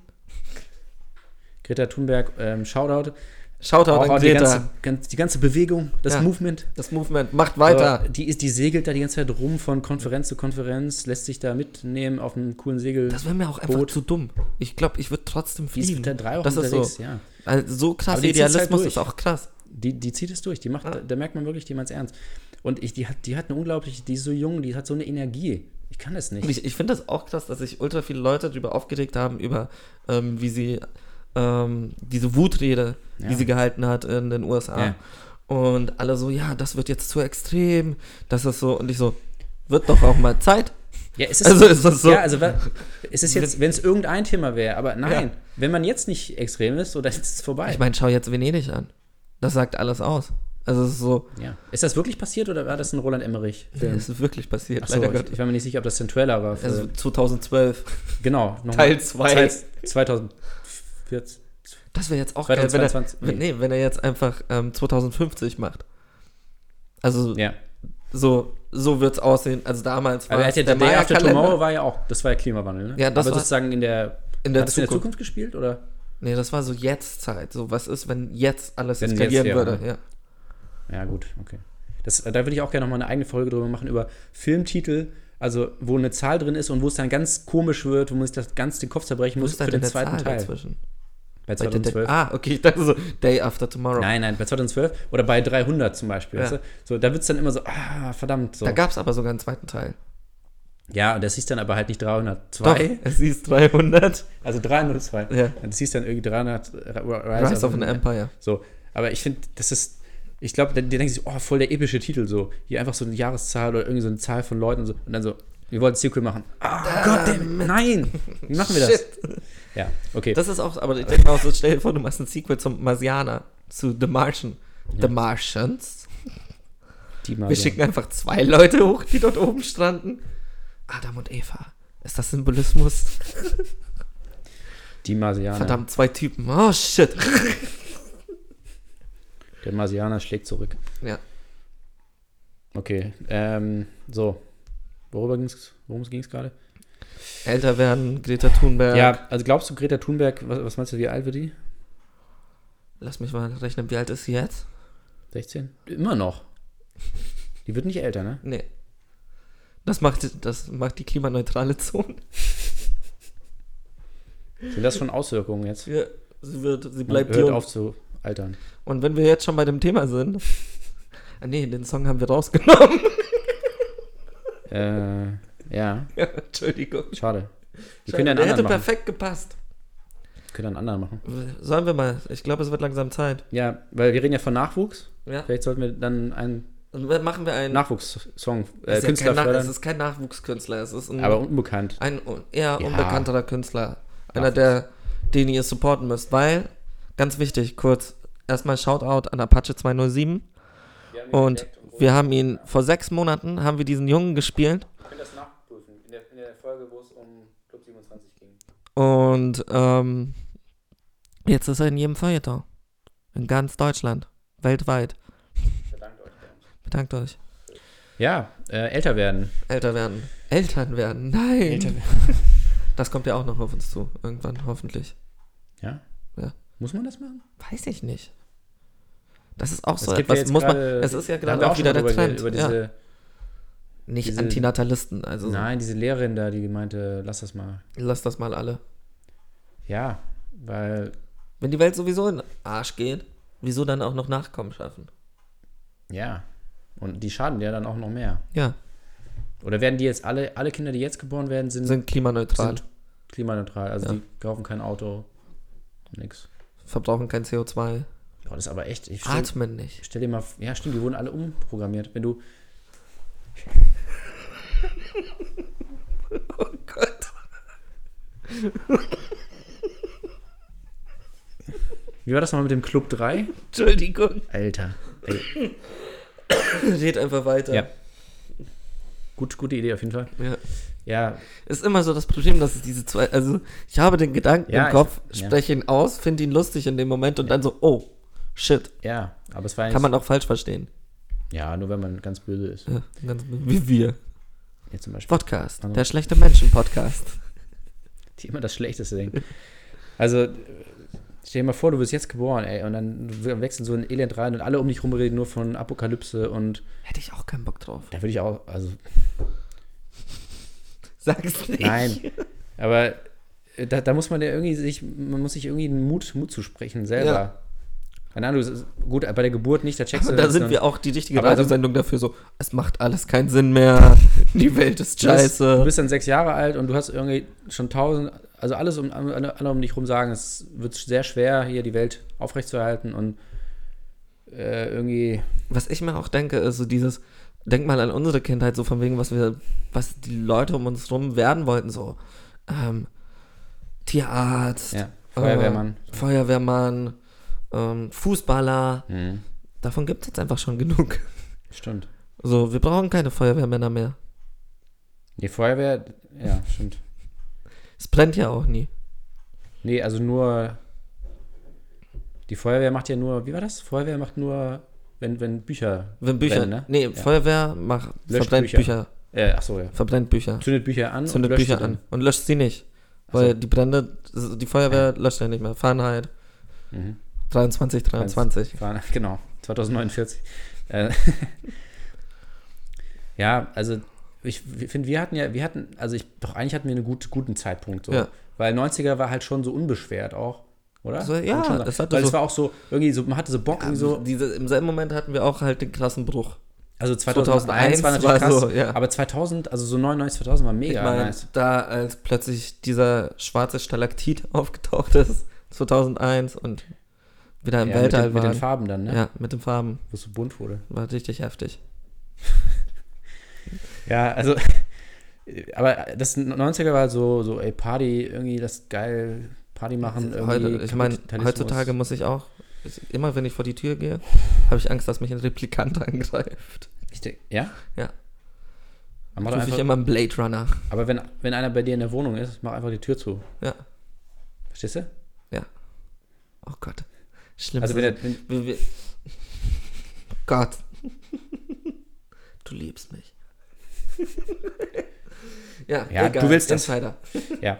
D: Greta Thunberg, ähm, Shoutout.
C: Shoutout
D: Auch
C: an
D: die,
C: Greta.
D: ganze, ganz, die ganze Bewegung, das
C: Ja.
D: Movement.
C: das Movement, macht weiter.
D: So, Die, ist, die segelt da die ganze Zeit rum von Konferenz zu Konferenz, lässt sich da mitnehmen auf einem coolen Segel.
C: das wäre mir auch einfach
D: Boot.
C: zu dumm. Ich glaube, ich würde trotzdem
D: Die ist
C: fliegen.
D: unter drei Wochen
C: das ist
D: unterwegs,
C: so.
D: ja.
C: Also, so krass
D: Aber die zieht's halt
C: Idealismus
D: durch.
C: ist auch krass.
D: Die, die zieht es durch, die macht,
C: Ah.
D: da, da merkt man wirklich, die meint's ernst. Und ich, die hat, die hat eine unglaubliche, die ist so jung, die hat so eine Energie. Ich kann das nicht.
C: Und ich, ich finde das auch krass, dass sich ultra viele Leute darüber aufgeregt haben, über ähm, wie sie ähm, diese Wutrede,
D: Ja.
C: die sie gehalten hat in den USA.
D: Ja.
C: Und alle so, ja, das wird jetzt zu extrem, das ist so, und ich so, wird doch auch mal Zeit.
D: Ja, es ist,
C: Also ist das so.
D: ja, also wa- es ist jetzt, wenn es irgendein Thema wäre, aber nein, wenn man jetzt nicht extrem ist, so dann ist es vorbei.
C: Ich meine, schau jetzt Venedig an. Das sagt alles aus. Also es ist so,
D: ja. Ist das wirklich passiert oder war das ein Roland Emmerich-Film?
C: es ist wirklich passiert,
D: Achso,
C: leider
D: ich, äh,
C: Gott.
D: ich war mir nicht sicher, ob das ein Trailer war. Für,
C: Also 2012.
D: genau. noch mal-
C: Teil zwei.
D: Teil 2014.
C: Das wäre jetzt auch geil, wenn er,
D: 2022,
C: wenn, nee, wenn er jetzt einfach ähm, 2050 macht. Also
D: Ja.
C: so, so wird's aussehen. Also damals
D: Aber er
C: war's
D: hat ja, der Day After
C: Maya-Kalender.
D: Tomorrow war ja auch, das war ja Klimawandel, ne?
C: Ja, das
D: aber
C: war-
D: sozusagen in der,
C: in der
D: hat es in der
C: Zukunft.
D: Zukunft gespielt oder?
C: Nee, das war so Jetzt-Zeit. So, was ist, wenn jetzt alles
D: Wenn jetzt,
C: eskalieren
D: ja.
C: würde? Ja.
D: Ja, gut, okay. Das, äh, da würde ich auch gerne nochmal eine eigene Folge drüber machen, über Filmtitel, also wo eine Zahl drin ist und wo es dann ganz komisch wird, wo man sich das ganz den Kopf zerbrechen
C: Wo
D: muss
C: ist denn
D: für den zweiten
C: Zahl
D: Teil.
C: dazwischen? Bei
D: Bei
C: der-
D: 2012.
C: Ah, okay, ich dachte so, Day After Tomorrow.
D: Nein, nein, bei 2012 oder bei 300 zum Beispiel.
C: Ja.
D: Weißt du? So, da wird es dann immer so, ah, verdammt. So.
C: Da gab's aber sogar einen zweiten Teil.
D: Ja, und das hieß dann aber halt nicht
C: Doch,
D: 302,
C: es hieß 300.
D: also 302.
C: Ja.
D: Und das hieß dann irgendwie 300 Rise,
C: Rise of an Empire.
D: So, aber ich finde, das ist, ich glaube, die denken sich, oh, voll der epische Titel, so. Hier einfach so eine Jahreszahl oder irgendwie so eine Zahl von Leuten und so. Und dann so, wir wollen ein Sequel machen. Ah, Gott, damn, nein! Wie machen wir das? Ja, okay.
C: Das ist auch, aber ich denke mal auch so, stell dir vor, du machst ein Sequel zum Marsianer, zu The Martian. The Martians?
D: die
C: Wir
D: mal so.
C: schicken einfach zwei Leute hoch, die dort oben stranden. Adam und Eva. Ist das Symbolismus?
D: Ah, Die Marsianer.
C: Verdammt, zwei Typen. Oh shit.
D: Der Marsianer schlägt zurück.
C: Ja.
D: Okay, ähm, so. Worüber ging's, worum ging es gerade?
C: Älter werden, Greta Thunberg.
D: Ja, also glaubst du, Greta Thunberg, was, was meinst du, wie alt wird die?
C: Lass mich mal rechnen, wie alt ist sie jetzt?
D: 16? Immer noch. Die wird nicht älter, ne?
C: Nee. Das macht, das macht die klimaneutrale Zone.
D: Sind das schon Auswirkungen jetzt?
C: Ja, sie, wird, sie
D: Man
C: bleibt
D: hört
C: jung.
D: auf zu altern.
C: Und wenn wir jetzt schon bei dem Thema sind. Ah, nee, den Song haben wir rausgenommen.
D: Äh, ja,
C: ja, Entschuldigung.
D: schade. Wir
C: Schade,
D: können ja
C: der
D: einen
C: hätte
D: anderen machen.
C: perfekt gepasst.
D: Wir können einen anderen machen.
C: Sollen wir mal? Ich glaube, es wird langsam Zeit.
D: Ja, weil wir reden ja von Nachwuchs.
C: Ja.
D: Vielleicht sollten wir dann einen
C: Und dann machen wir einen.
D: Nachwuchssong
C: es
D: äh,
C: ist ja
D: Künstler
C: kein Nach- es
D: fördern.
C: ist kein Nachwuchskünstler, es ist ein,
D: Aber unbekannt.
C: ein un- eher
D: Ja.
C: unbekannterer Künstler. Einer,
D: Nachwuchs.
C: der, den ihr supporten müsst. Weil, ganz wichtig, kurz, erstmal Shoutout an Apache 207. Und wir haben ihn vor sechs Monaten, haben wir diesen Jungen gespielt.
D: Ich könnte das nachprüfen. In der, Folge, wo es um Club 27 ging.
C: Und ähm, jetzt ist er in jedem Feuilleton. In ganz Deutschland. Weltweit.
D: Verdankt euch.
C: Bedankt euch.
D: Ja, äh, älter werden.
C: Älter werden. Eltern werden. Nein.
D: Älter
C: Das kommt ja auch noch auf uns zu. Irgendwann, hoffentlich.
D: Ja?
C: Ja.
D: Muss man das machen?
C: Weiß ich nicht. Das ist auch so
D: Es gibt ja
C: etwas,
D: jetzt
C: muss man.
D: gerade-
C: Es ist ja
D: Da
C: gerade
D: haben wir
C: auch
D: schon
C: wieder der
D: drüber
C: Trend.
D: geredet, Über
C: ja.
D: diese,
C: Nicht
D: diese-
C: Antinatalisten. Also so,
D: Nein, diese Lehrerin da, die meinte, lass das mal.
C: lass das mal alle.
D: Ja, weil,
C: Wenn die Welt sowieso in den Arsch geht, wieso dann auch noch Nachkommen schaffen?
D: ja. Und die schaden ja dann auch noch mehr.
C: Ja,
D: Oder werden die jetzt alle, alle Kinder, die jetzt geboren werden, sind,
C: sind klimaneutral,
D: sind klimaneutral. Also
C: Ja.
D: die kaufen kein Auto, nix.
C: verbrauchen kein CO2,
D: Boah, das ist aber echt. Ich stell,
C: atmen nicht.
D: stell dir mal, f- ja stimmt, die wurden alle umprogrammiert. Wenn du,
C: Oh Gott.
D: wie war das mal mit dem Club 3?
C: Entschuldigung.
D: Alter. Ey,
C: Red einfach weiter.
D: Ja. gut, gute Idee auf jeden Fall.
C: ja.
D: Ja,
C: Ist immer so das Problem, dass es diese zwei, also ich habe den Gedanken
D: Ja,
C: im
D: ich-
C: Kopf,
D: ja.
C: spreche ihn aus, finde ihn lustig in dem Moment und dann so, oh, shit,
D: ja, aber es war eigentlich,
C: kann man auch falsch verstehen.
D: ja, nur wenn man ganz böse ist.
C: Ja, ganz, wie wir.
D: Jetzt zum Beispiel.
C: Podcast,
D: Also-
C: der schlechte Menschen-Podcast.
D: die immer das Schlechteste denken. Also, äh, stell dir mal vor, du wirst jetzt geboren, ey, und dann w- wechseln so ein Elend rein und alle um dich rum reden nur von Apokalypse und
C: Hätte ich auch keinen Bock drauf.
D: da würde ich auch, also,
C: Sag es nicht.
D: nein. Aber äh, da, da muss man ja irgendwie sich, man muss sich irgendwie einen Mut, Mut zu sprechen selber.
C: Ja.
D: Keine Ahnung, es ist- gut, bei der Geburt nicht, da checkst
C: Und
D: du
C: da
D: das
C: sind
D: dann.
C: wir auch die richtige
D: Aber also-
C: Radiosendung dafür so, es macht alles keinen Sinn mehr, die Welt ist
D: Du bist- Du
C: scheiße.
D: bist dann sechs Jahre alt und du hast irgendwie schon tausend also alles um, alle, alle um dich rum sagen, es wird sehr schwer, hier die Welt aufrechtzuerhalten und äh, irgendwie,
C: Was ich mir auch denke, ist so dieses, denk mal an unsere Kindheit, so von wegen, was wir, was die Leute um uns rum werden wollten, so. Ähm, Tierarzt,
D: ja, Feuerwehrmann.
C: äh, Feuerwehrmann, ähm, Fußballer.
D: Mhm.
C: Davon gibt es jetzt einfach schon genug.
D: Stimmt.
C: So, wir brauchen keine Feuerwehrmänner mehr.
D: Die Feuerwehr, ja, stimmt.
C: Es brennt ja auch nie.
D: Nee, also nur. Die Feuerwehr macht ja nur. Wie war das? Feuerwehr macht nur, wenn, wenn Bücher.
C: Wenn Bücher,
D: brennen, ne?
C: nee,
D: Ja.
C: Feuerwehr macht,
D: Löscht
C: verbrennt Bücher.
D: Bücher. Äh, ach so, ja.
C: verbrennt Bücher,
D: Zündet Bücher an. und
C: zündet
D: löscht
C: Bücher
D: sie
C: an
D: dann.
C: und löscht sie nicht,
D: so.
C: weil die Brände, die Feuerwehr löscht ja nicht mehr. Fahrenheit
D: Mhm.
C: 23, 23.
D: Fahren- Genau, 2049. Äh, ja, also ich finde, wir hatten ja, wir hatten, also ich, doch eigentlich hatten wir einen gut, guten Zeitpunkt. So.
C: Ja.
D: Weil 90er war halt schon so unbeschwert auch, oder?
C: So,
D: Kann man
C: ja,
D: schon sagen.
C: das hatte
D: Weil
C: so-
D: es war auch so, irgendwie so, man hatte so Bock, irgendwie
C: So,
D: so,
C: diese, Im selben Moment hatten wir auch halt den Klassenbruch.
D: also 2001, war
C: 2001
D: natürlich
C: war
D: krass,
C: so, ja.
D: aber 2000, also so 99, 2000 war mega
C: ich meine,
D: nice.
C: da als plötzlich dieser schwarze Stalaktit aufgetaucht ist, 2001 und wieder im
D: Ja, mit,
C: Weltall
D: den,
C: war.
D: mit den Farben dann, ne?
C: Ja, mit den Farben.
D: Wo es so bunt wurde.
C: War richtig heftig.
D: Ja, also, aber das 90er war so, so ey, Party, irgendwie das geil, Party machen.
C: Heute,
D: irgendwie
C: ich meine,
D: Kapitalismus.
C: heutzutage muss ich auch, ich, immer wenn ich vor die Tür gehe, habe ich Angst, dass mich ein Replikant angreift.
D: Ich denk, ja?
C: Ja.
D: Aber, mach
C: Rufe
D: doch
C: ich
D: einfach,
C: immer einen Blade Runner.
D: aber wenn, wenn einer bei dir in der Wohnung ist, mach einfach die Tür zu.
C: Ja.
D: Verstehst du?
C: Oh Gott. Schlimm.
D: Also, wenn der, wenn,
C: wir, wir Gott. Du liebst mich. ja,
D: Ja,
C: egal.
D: du willst das.
C: Insider.
D: ja.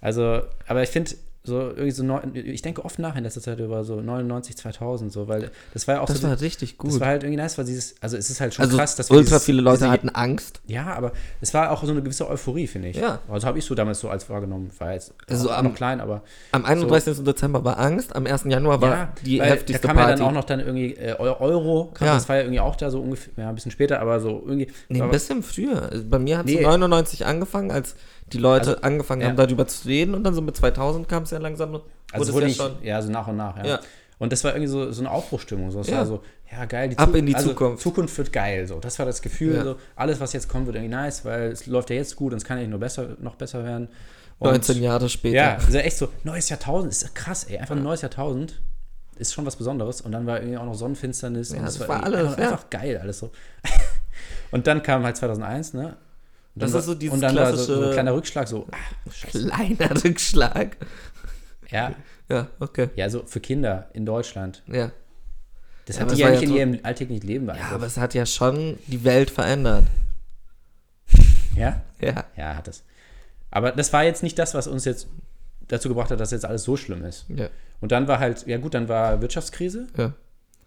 D: Also, aber ich finde, so irgendwie so, neun, ich denke oft nach in letzter Zeit über so 99, 2000, so, weil das war ja auch
C: Das
D: so.
C: war richtig gut.
D: das war halt irgendwie nice, weil dieses, also es ist halt schon
C: also
D: krass, dass wir
C: ultra
D: dieses-
C: viele Leute
D: diese-
C: hatten Angst.
D: Ja, aber es war auch so eine gewisse Euphorie, finde ich.
C: Ja.
D: Also habe ich so damals so als wahrgenommen. War jetzt
C: Also
D: auch
C: am-
D: noch klein, aber
C: Am 31. Dezember war Angst, am 1. Januar war die
D: weil
C: heftigste
D: da kam
C: Party.
D: ja dann auch noch dann irgendwie äh, Eu- Euro. Kam,
C: Ja.
D: Das war ja irgendwie auch da so ungefähr, ja, ein bisschen später, aber so irgendwie.
C: nee, ein
D: aber,
C: bisschen früher. Also Bei mir hat es
D: Nee.
C: 99 angefangen, als die Leute
D: Also,
C: angefangen haben,
D: ja.
C: darüber zu reden und dann so mit 2000 kam es ja langsam. Wurde
D: also
C: es
D: wurde
C: ja
D: ich,
C: schon.
D: ja, so nach und nach, ja.
C: Ja.
D: Und das war irgendwie so, so eine Aufbruchstimmung. So. Das
C: Ja.
D: war so, ja, geil. Die
C: Ab
D: Zu-
C: in die
D: also,
C: Zukunft.
D: Zukunft wird geil. So. Das war das Gefühl.
C: Ja.
D: So. Alles, was jetzt kommt, wird irgendwie nice, weil es läuft ja jetzt gut und es kann ja nicht nur besser, noch besser werden. Und-
C: 19 Jahre später.
D: Ja, also echt so, neues Jahrtausend, ist ja krass, ey. Einfach ein neues Jahrtausend ist schon was Besonderes. Und dann war irgendwie auch noch Sonnenfinsternis.
C: Ja,
D: und das
C: das
D: war,
C: war
D: irgendwie
C: alles,
D: einfach,
C: ja.
D: einfach geil, alles so. und dann kam halt 2001, ne? Und dann
C: Das
D: war,
C: ist so dieses
D: Und dann war so, so
C: klassische-
D: ein kleiner Rückschlag, so, ah, scheiße.
C: Kleiner Rückschlag.
D: Ja,
C: Ja, okay.
D: ja, so für Kinder in Deutschland.
C: Ja.
D: Das
C: Ja,
D: hat
C: aber
D: die
C: es
D: ja
C: war
D: nicht
C: ja
D: in
C: tro-
D: ihrem alltäglichen Leben also,
C: Ja,
D: beeinflusst.
C: aber es hat ja schon die Welt verändert.
D: ja?
C: Ja.
D: ja, hat es. Aber das war jetzt nicht das, was uns jetzt dazu gebracht hat, dass jetzt alles so schlimm ist.
C: Ja.
D: Und dann war halt, ja gut, dann war Wirtschaftskrise. äh,
C: ja.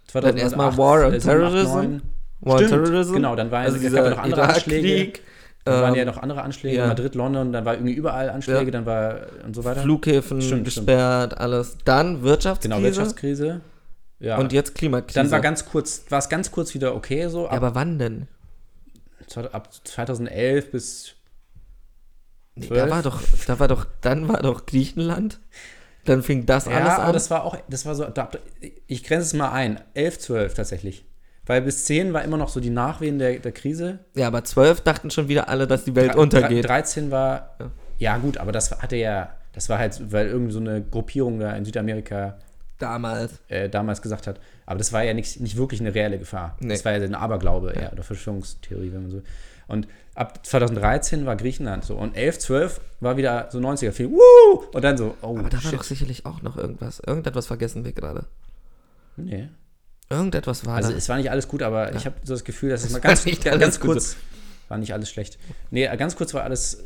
D: 2008,
C: erstmal War on
D: 2008,
C: Terrorism.
D: 2009.
C: War
D: Stimmt,
C: Terrorism. Also
D: genau, dann war- es gab ja noch andere Anschläge. Da
C: ähm,
D: waren ja noch andere Anschläge,
C: ja.
D: Madrid, London, dann war irgendwie überall Anschläge,
C: Ja.
D: dann war und so weiter.
C: Flughäfen
D: Stimmt,
C: gesperrt, alles. Dann Wirtschaftskrise.
D: genau, Wirtschaftskrise. Ja.
C: Und jetzt Klimakrise.
D: dann war ganz kurz, war es ganz kurz wieder okay so,
C: ja,
D: ab,
C: aber wann denn?
D: zwei- ab 2011 bis
C: Nee, da
D: 12?
C: war doch, da war doch, dann war doch Griechenland. Dann fing das
D: ja, aber
C: alles
D: das war auch, das war so, da, ich grenze es mal ein, 11, 12 tatsächlich. Weil bis 10 war immer noch so die Nachwehen der, der Krise.
C: an. Ja, aber zwölf dachten schon wieder alle, dass die Welt
D: Dre-
C: untergeht.
D: dre- 13 war, ja. gut, aber das hatte ja, das war halt, weil irgend so eine Gruppierung da in Südamerika
C: Damals.
D: äh, damals gesagt hat. Aber das war ja nicht, nicht wirklich eine reelle Gefahr.
C: Nee.
D: Das war ja ein Aberglaube ja. oder Verschwörungstheorie, wenn man so will. Und ab 2013 war Griechenland so. Und 11, 12 war wieder so 90er. Viel, Woo! Und dann so, oh,
C: Aber da war
D: shit.
C: doch sicherlich auch noch irgendwas. Irgendetwas vergessen wir gerade.
D: Nee.
C: Irgendetwas war
D: Also
C: da.
D: es war nicht alles gut, aber ich habe so das Gefühl, dass es mal
C: war
D: ganz,
C: nicht alles
D: ganz
C: gut.
D: kurz war nicht alles schlecht. Nee, ganz kurz war alles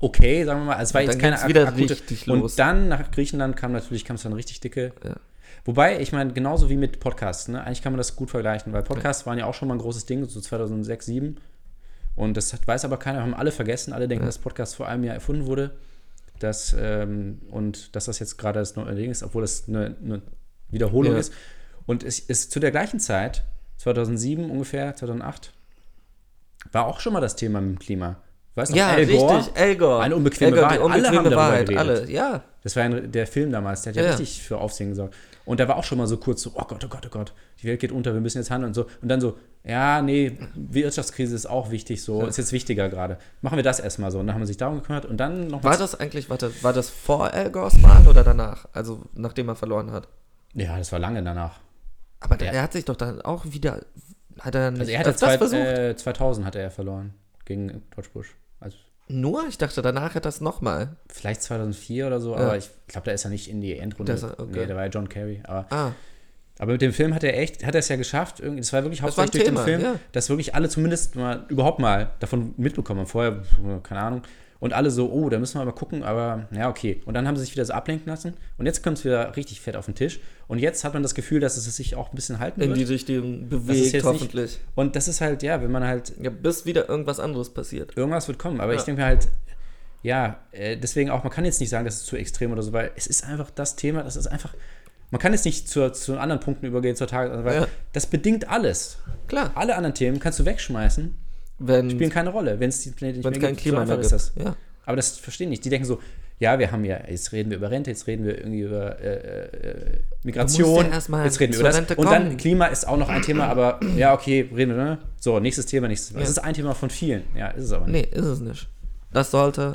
D: okay, sagen wir mal. Also es war
C: Und
D: jetzt
C: dann
D: keine
C: ging's wieder
D: ak- akute.
C: richtig
D: und
C: los.
D: dann nach Griechenland kam natürlich kam es dann richtig dicke.
C: Ja.
D: Wobei, ich meine, genauso wie mit Podcasts, ne? eigentlich kann man das gut vergleichen, weil Podcasts waren ja auch schon mal ein großes Ding, so 2006, 2007. Und das hat, weiß aber keiner, haben alle vergessen. Alle denken, dass Podcast vor einem Jahr erfunden wurde. Dass, ähm, und dass das jetzt gerade das neue Ding ist, obwohl das eine, eine Wiederholung
C: Ja.
D: ist. Und es ist zu der gleichen Zeit, 2007 ungefähr, 2008, war auch schon mal das Thema mit dem Klima. Weißt du,
C: Ja,
D: Al Gore?
C: richtig, Elgor.
D: Eine unbequeme Wahrheit.
C: Die
D: Alle haben
C: unbequeme
D: darüber
C: Wahrheit,
D: geredet.
C: alle, ja.
D: Das war ein, der Film damals, der hat ja,
C: Ja, ja.
D: richtig für Aufsehen gesorgt. Und da war auch schon mal so kurz so, oh Gott, oh Gott, oh Gott, die Welt geht unter, wir müssen jetzt handeln und so. Und dann so, ja, nee, Wirtschaftskrise ist auch wichtig, so, ist jetzt wichtiger gerade. Machen wir das erstmal so. Und dann haben wir sich darum gekümmert und dann nochmal.
C: War das eigentlich, warte, war das vor Al Gores Wahl oder danach? Also nachdem er verloren hat.
D: Ja, das war lange danach.
C: Aber
D: Ja.
C: er hat sich doch dann auch wieder, hat er nicht
D: Also er hat
C: als das
D: zwei,
C: versucht?
D: äh, 2000 hat er ja verloren gegen George Bush. Also
C: Nur? Ich dachte, danach hat er es nochmal.
D: vielleicht 2004 oder so, aber ich glaube, da ist er nicht in die Endrunde.
C: Das- okay.
D: Nee, da war ja John Kerry. Aber
C: Ah,
D: Aber mit dem Film hat er echt, hat er es ja geschafft. Irgendwie, das war wirklich
C: war ein
D: hauptsächlich durch den
C: Thema,
D: Film,
C: ja.
D: dass wirklich alle zumindest mal überhaupt mal davon mitbekommen haben. Vorher, pf, keine Ahnung. Und alle so, oh, da müssen wir mal gucken, aber ja, okay. Und dann haben sie sich wieder so ablenken lassen. Und jetzt kommt es wieder richtig fett auf den Tisch. Und jetzt hat man das Gefühl, dass es sich auch ein bisschen halten
C: in die
D: wird.
C: Richtung
D: Das ist
C: bewegt,
D: jetzt
C: hoffentlich.
D: Nicht, und das ist halt, ja, wenn man halt,
C: Ja, bis wieder irgendwas anderes passiert.
D: irgendwas wird kommen. Aber ich
C: Ja.
D: denke mir halt, ja, äh, deswegen auch, man kann jetzt nicht sagen, das ist zu extrem oder so, weil es ist einfach das Thema, das ist einfach, man kann jetzt nicht zu, zu anderen Punkten übergehen, zur Tagesordnung, weil
C: Ja.
D: das bedingt alles.
C: Klar,
D: Alle anderen Themen kannst du wegschmeißen,
C: wenn
D: spielen
C: es
D: keine Rolle, wenn es die Planete nicht mehr
C: kein
D: gibt.
C: Klima
D: so
C: mehr
D: einfach
C: gibt.
D: ist das.
C: Ja.
D: Aber das verstehen nicht. Die denken so, ja, wir haben ja, jetzt reden wir über Rente, jetzt reden wir irgendwie über äh, äh, Migration,
C: ja erst mal
D: jetzt reden wir
C: zur
D: über das.
C: Rente
D: Und dann
C: kommen.
D: Klima ist auch noch ein Thema, aber ja, okay, reden wir, ne? So, nächstes Thema, nächstes Thema.
C: Ja.
D: Es ist ein Thema von vielen. Ja, ist es aber nicht.
C: Nee, ist es nicht. Das sollte.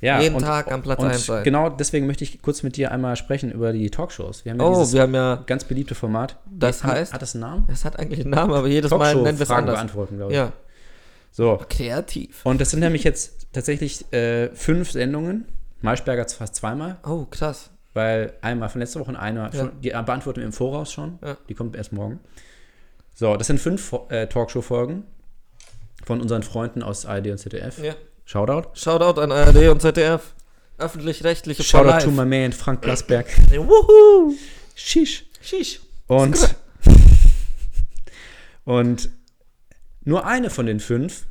D: Ja,
C: Jeden Tag am Platz
D: und
C: eins halt. sein.
D: Genau deswegen möchte ich kurz mit dir einmal sprechen über die Talkshows. Wir haben ja
C: Oh,
D: dieses
C: wir haben ja.
D: ganz beliebte Format.
C: Das
D: Haben-
C: heißt,
D: Hat das einen Namen?
C: es hat eigentlich einen Namen, aber jedes Mal nennen wir es
D: Fragen
C: anders.
D: beantworten, glaube ich.
C: Ja,
D: So,
C: kreativ.
D: und das sind nämlich jetzt tatsächlich äh, fünf Sendungen. Maischberger fast zweimal,
C: Oh, krass.
D: weil einmal von letzter Woche und einer,
C: Ja.
D: schon, die beantworten wir im Voraus schon.
C: Ja.
D: Die kommt erst morgen. So, das sind fünf Fo- äh, Talkshow-Folgen von unseren Freunden aus ARD und ZDF.
C: Ja.
D: Shoutout.
C: Shoutout an ARD und ZDF. Öffentlich-rechtliche
D: Shoutout
C: for
D: to
C: life.
D: my man Frank Blasberg.
C: Wuhu!
D: Shish.
C: Shish.
D: Und, und nur eine von den fünf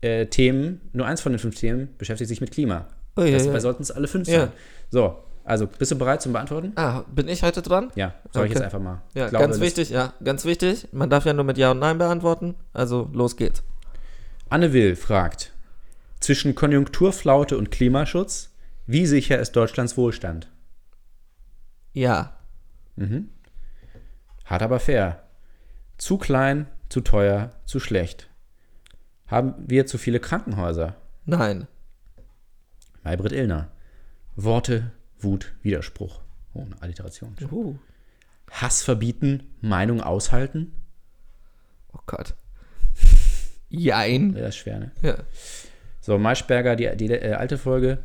D: äh, Themen, nur eins von den fünf Themen beschäftigt sich mit Klima.
C: Oh, ja,
D: das,
C: ja.
D: Dabei sollten es alle fünf
C: Ja.
D: sein. So, also bist du bereit zum Beantworten?
C: Ah, bin ich heute dran?
D: Ja, soll ich
C: Okay.
D: jetzt einfach mal.
C: Ja,
D: Ich glaube,
C: ganz
D: das-
C: wichtig, ja, ganz wichtig. Man darf ja nur mit Ja und Nein beantworten. Also, los geht's.
D: Anne Will fragt: Zwischen Konjunkturflaute und Klimaschutz, wie sicher ist Deutschlands Wohlstand?
C: Ja.
D: Hart aber fair. Zu klein, zu teuer, zu schlecht. Haben wir zu viele Krankenhäuser?
C: Nein.
D: Maybrit Illner. Worte, Wut, Widerspruch. Oh, eine Alliteration.
C: Uh.
D: Hass verbieten, Meinung aushalten?
C: Oh Gott. Jein.
D: Ja, Das ist schwer, ne?
C: Ja.
D: So, Maischberger, die, die äh, alte Folge.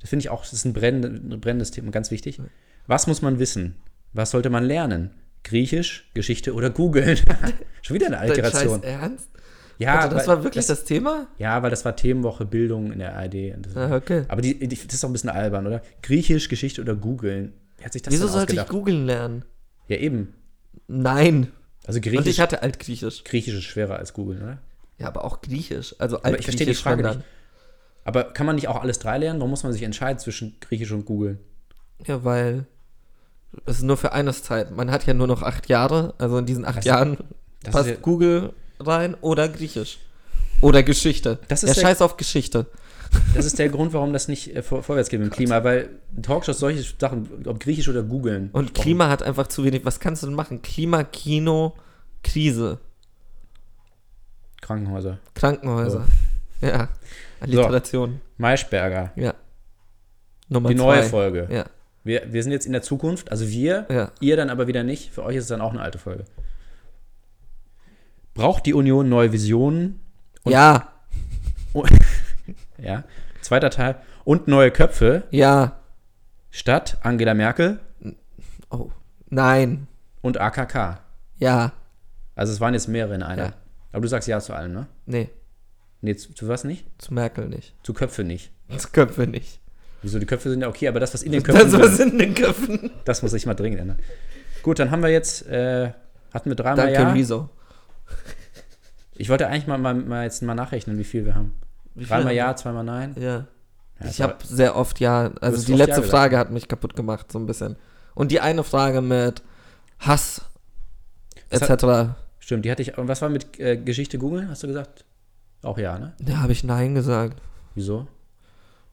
D: Das finde ich auch, das ist ein, brennend, ein brennendes Thema, ganz wichtig. Was muss man wissen? Was sollte man lernen? Griechisch, Geschichte oder googeln? Schon wieder eine
C: Dein
D: Alliteration.
C: Scheiß Ernst?
D: Ja,
C: Warte, das
D: weil-
C: war wirklich das, Thema?
D: Ja, weil das war Themenwoche Bildung in der ARD. Und das,
C: Ah, okay.
D: Aber die, die, das ist doch ein bisschen albern, oder? Griechisch, Geschichte oder googeln. Wer hat sich das
C: Wieso
D: denn
C: sollte ich
D: ausgedacht?
C: googeln lernen?
D: Ja, eben.
C: Nein.
D: Also
C: Und
D: Griechisch,
C: ich hatte Altgriechisch.
D: Griechisch ist schwerer als googeln, oder?
C: Ja, aber auch Griechisch. Also
D: Aber ich verstehe die
C: Altgriechisch
D: Frage
C: von
D: nicht. Aber kann man nicht auch alles drei lernen? Warum muss man sich entscheiden zwischen Griechisch und googeln?
C: dann. Ja, weil es ist nur für eines Zeit. Man hat ja nur noch acht Jahre. Also in diesen acht
D: Das-
C: Jahren
D: das
C: passt
D: ist ja-
C: Google rein oder Griechisch. Oder Geschichte.
D: Das ist
C: der,
D: der-
C: Scheiß auf Geschichte.
D: Das ist der Grund, warum das nicht äh, vor, vorwärts geht mit dem Klima, weil Talkshows solche Sachen, ob Griechisch oder googeln.
C: Und
D: gesprochen.
C: Klima hat einfach zu wenig. Was kannst du denn machen? Klima, Kino, Krise,
D: Krankenhäuser.
C: Krankenhäuser.
D: Oh.
C: Ja. Alliteration.
D: Maischberger.
C: Ja. Nummer
D: Die neue Folge.
C: Ja.
D: Wir, wir sind jetzt in der Zukunft, also wir,
C: Ja.
D: ihr dann aber wieder nicht. Für euch ist es dann auch eine alte Folge. Braucht die Union neue Visionen?
C: ja.
D: Ja. Zweiter Teil. Und neue Köpfe
C: Ja.
D: statt Angela Merkel
C: Oh. Nein.
D: und AKK.
C: Ja.
D: Also es waren jetzt mehrere in einer.
C: Ja.
D: Aber du sagst ja zu allem, ne?
C: Nee.
D: Nee, zu, zu was nicht?
C: Zu Merkel nicht.
D: Zu Köpfe nicht.
C: Das können wir nicht.
D: Wieso, die Köpfe sind ja okay, aber das, was in den Köpfen
C: Das
D: das,
C: was in den Köpfen.
D: das muss ich mal dringend ändern. Gut, dann haben wir jetzt, äh, hatten wir dreimal
C: Danke,
D: ja.
C: Rezo.
D: Ich wollte eigentlich mal, mal, mal jetzt mal nachrechnen, wie viel wir haben.
C: viel
D: Dreimal
C: haben
D: ja, zweimal nein.
C: Ja.
D: Ja,
C: ich
D: aber-
C: habe sehr oft ja, also
D: hast
C: die
D: oft Ja
C: letzte
D: gesagt.
C: Frage hat mich kaputt gemacht, so ein bisschen. Und die eine Frage mit Hass,
D: Das
C: etc.
D: Stimmt, die hatte ich. Und was war mit äh, Geschichte Google, hast du gesagt? Auch ja, ne?
C: Da habe ich Nein gesagt.
D: Wieso?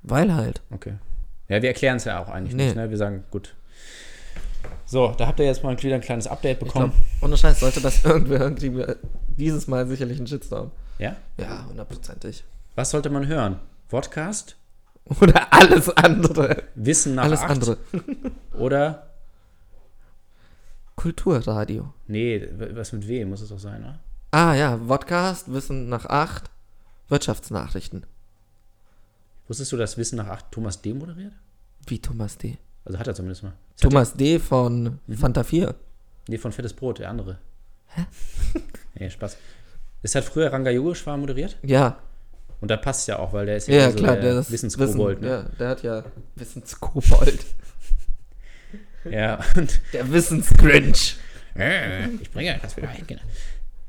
C: Weil halt.
D: Okay. Ja, wir erklären es ja auch eigentlich
C: Nee.
D: nicht, ne? Wir sagen, gut. So, da habt ihr jetzt mal wieder ein kleines Update
C: Ich
D: bekommen.
C: glaub, ohne Scheiß sollte das irgendwer irgendwie dieses Mal sicherlich einen Shitstorm.
D: ja?
C: Ja, hundertprozentig.
D: Was sollte man hören? Podcast?
C: Oder alles andere.
D: Wissen nach
C: alles
D: acht?
C: andere.
D: Oder?
C: Kulturradio.
D: Nee, w- was mit W muss es doch sein, ne?
C: Ah ja, Podcast, Wissen nach acht, Wirtschaftsnachrichten.
D: Wusstest du, dass Wissen nach 8 Thomas D. moderiert?
C: Wie Thomas D.
D: Also hat er zumindest mal. Das hat
C: Thomas D. von
D: Mhm.
C: Fanta 4.
D: er- nee, von Fettes Brot, der andere. Hä? nee, Spaß. Es hat früher Ranga Yogeshwar moderiert.
C: Ja,
D: Und da passt ja auch, weil der ist
C: ja,
D: eher so
C: klar,
D: Also der
C: der ist
D: Wissenskobold.
C: Wissen,
D: ne?
C: Ja, der hat ja Wissenskobold.
D: ja. und
C: Der Wissensgrinch.
D: Äh, ich bringe das wieder ein. Genau.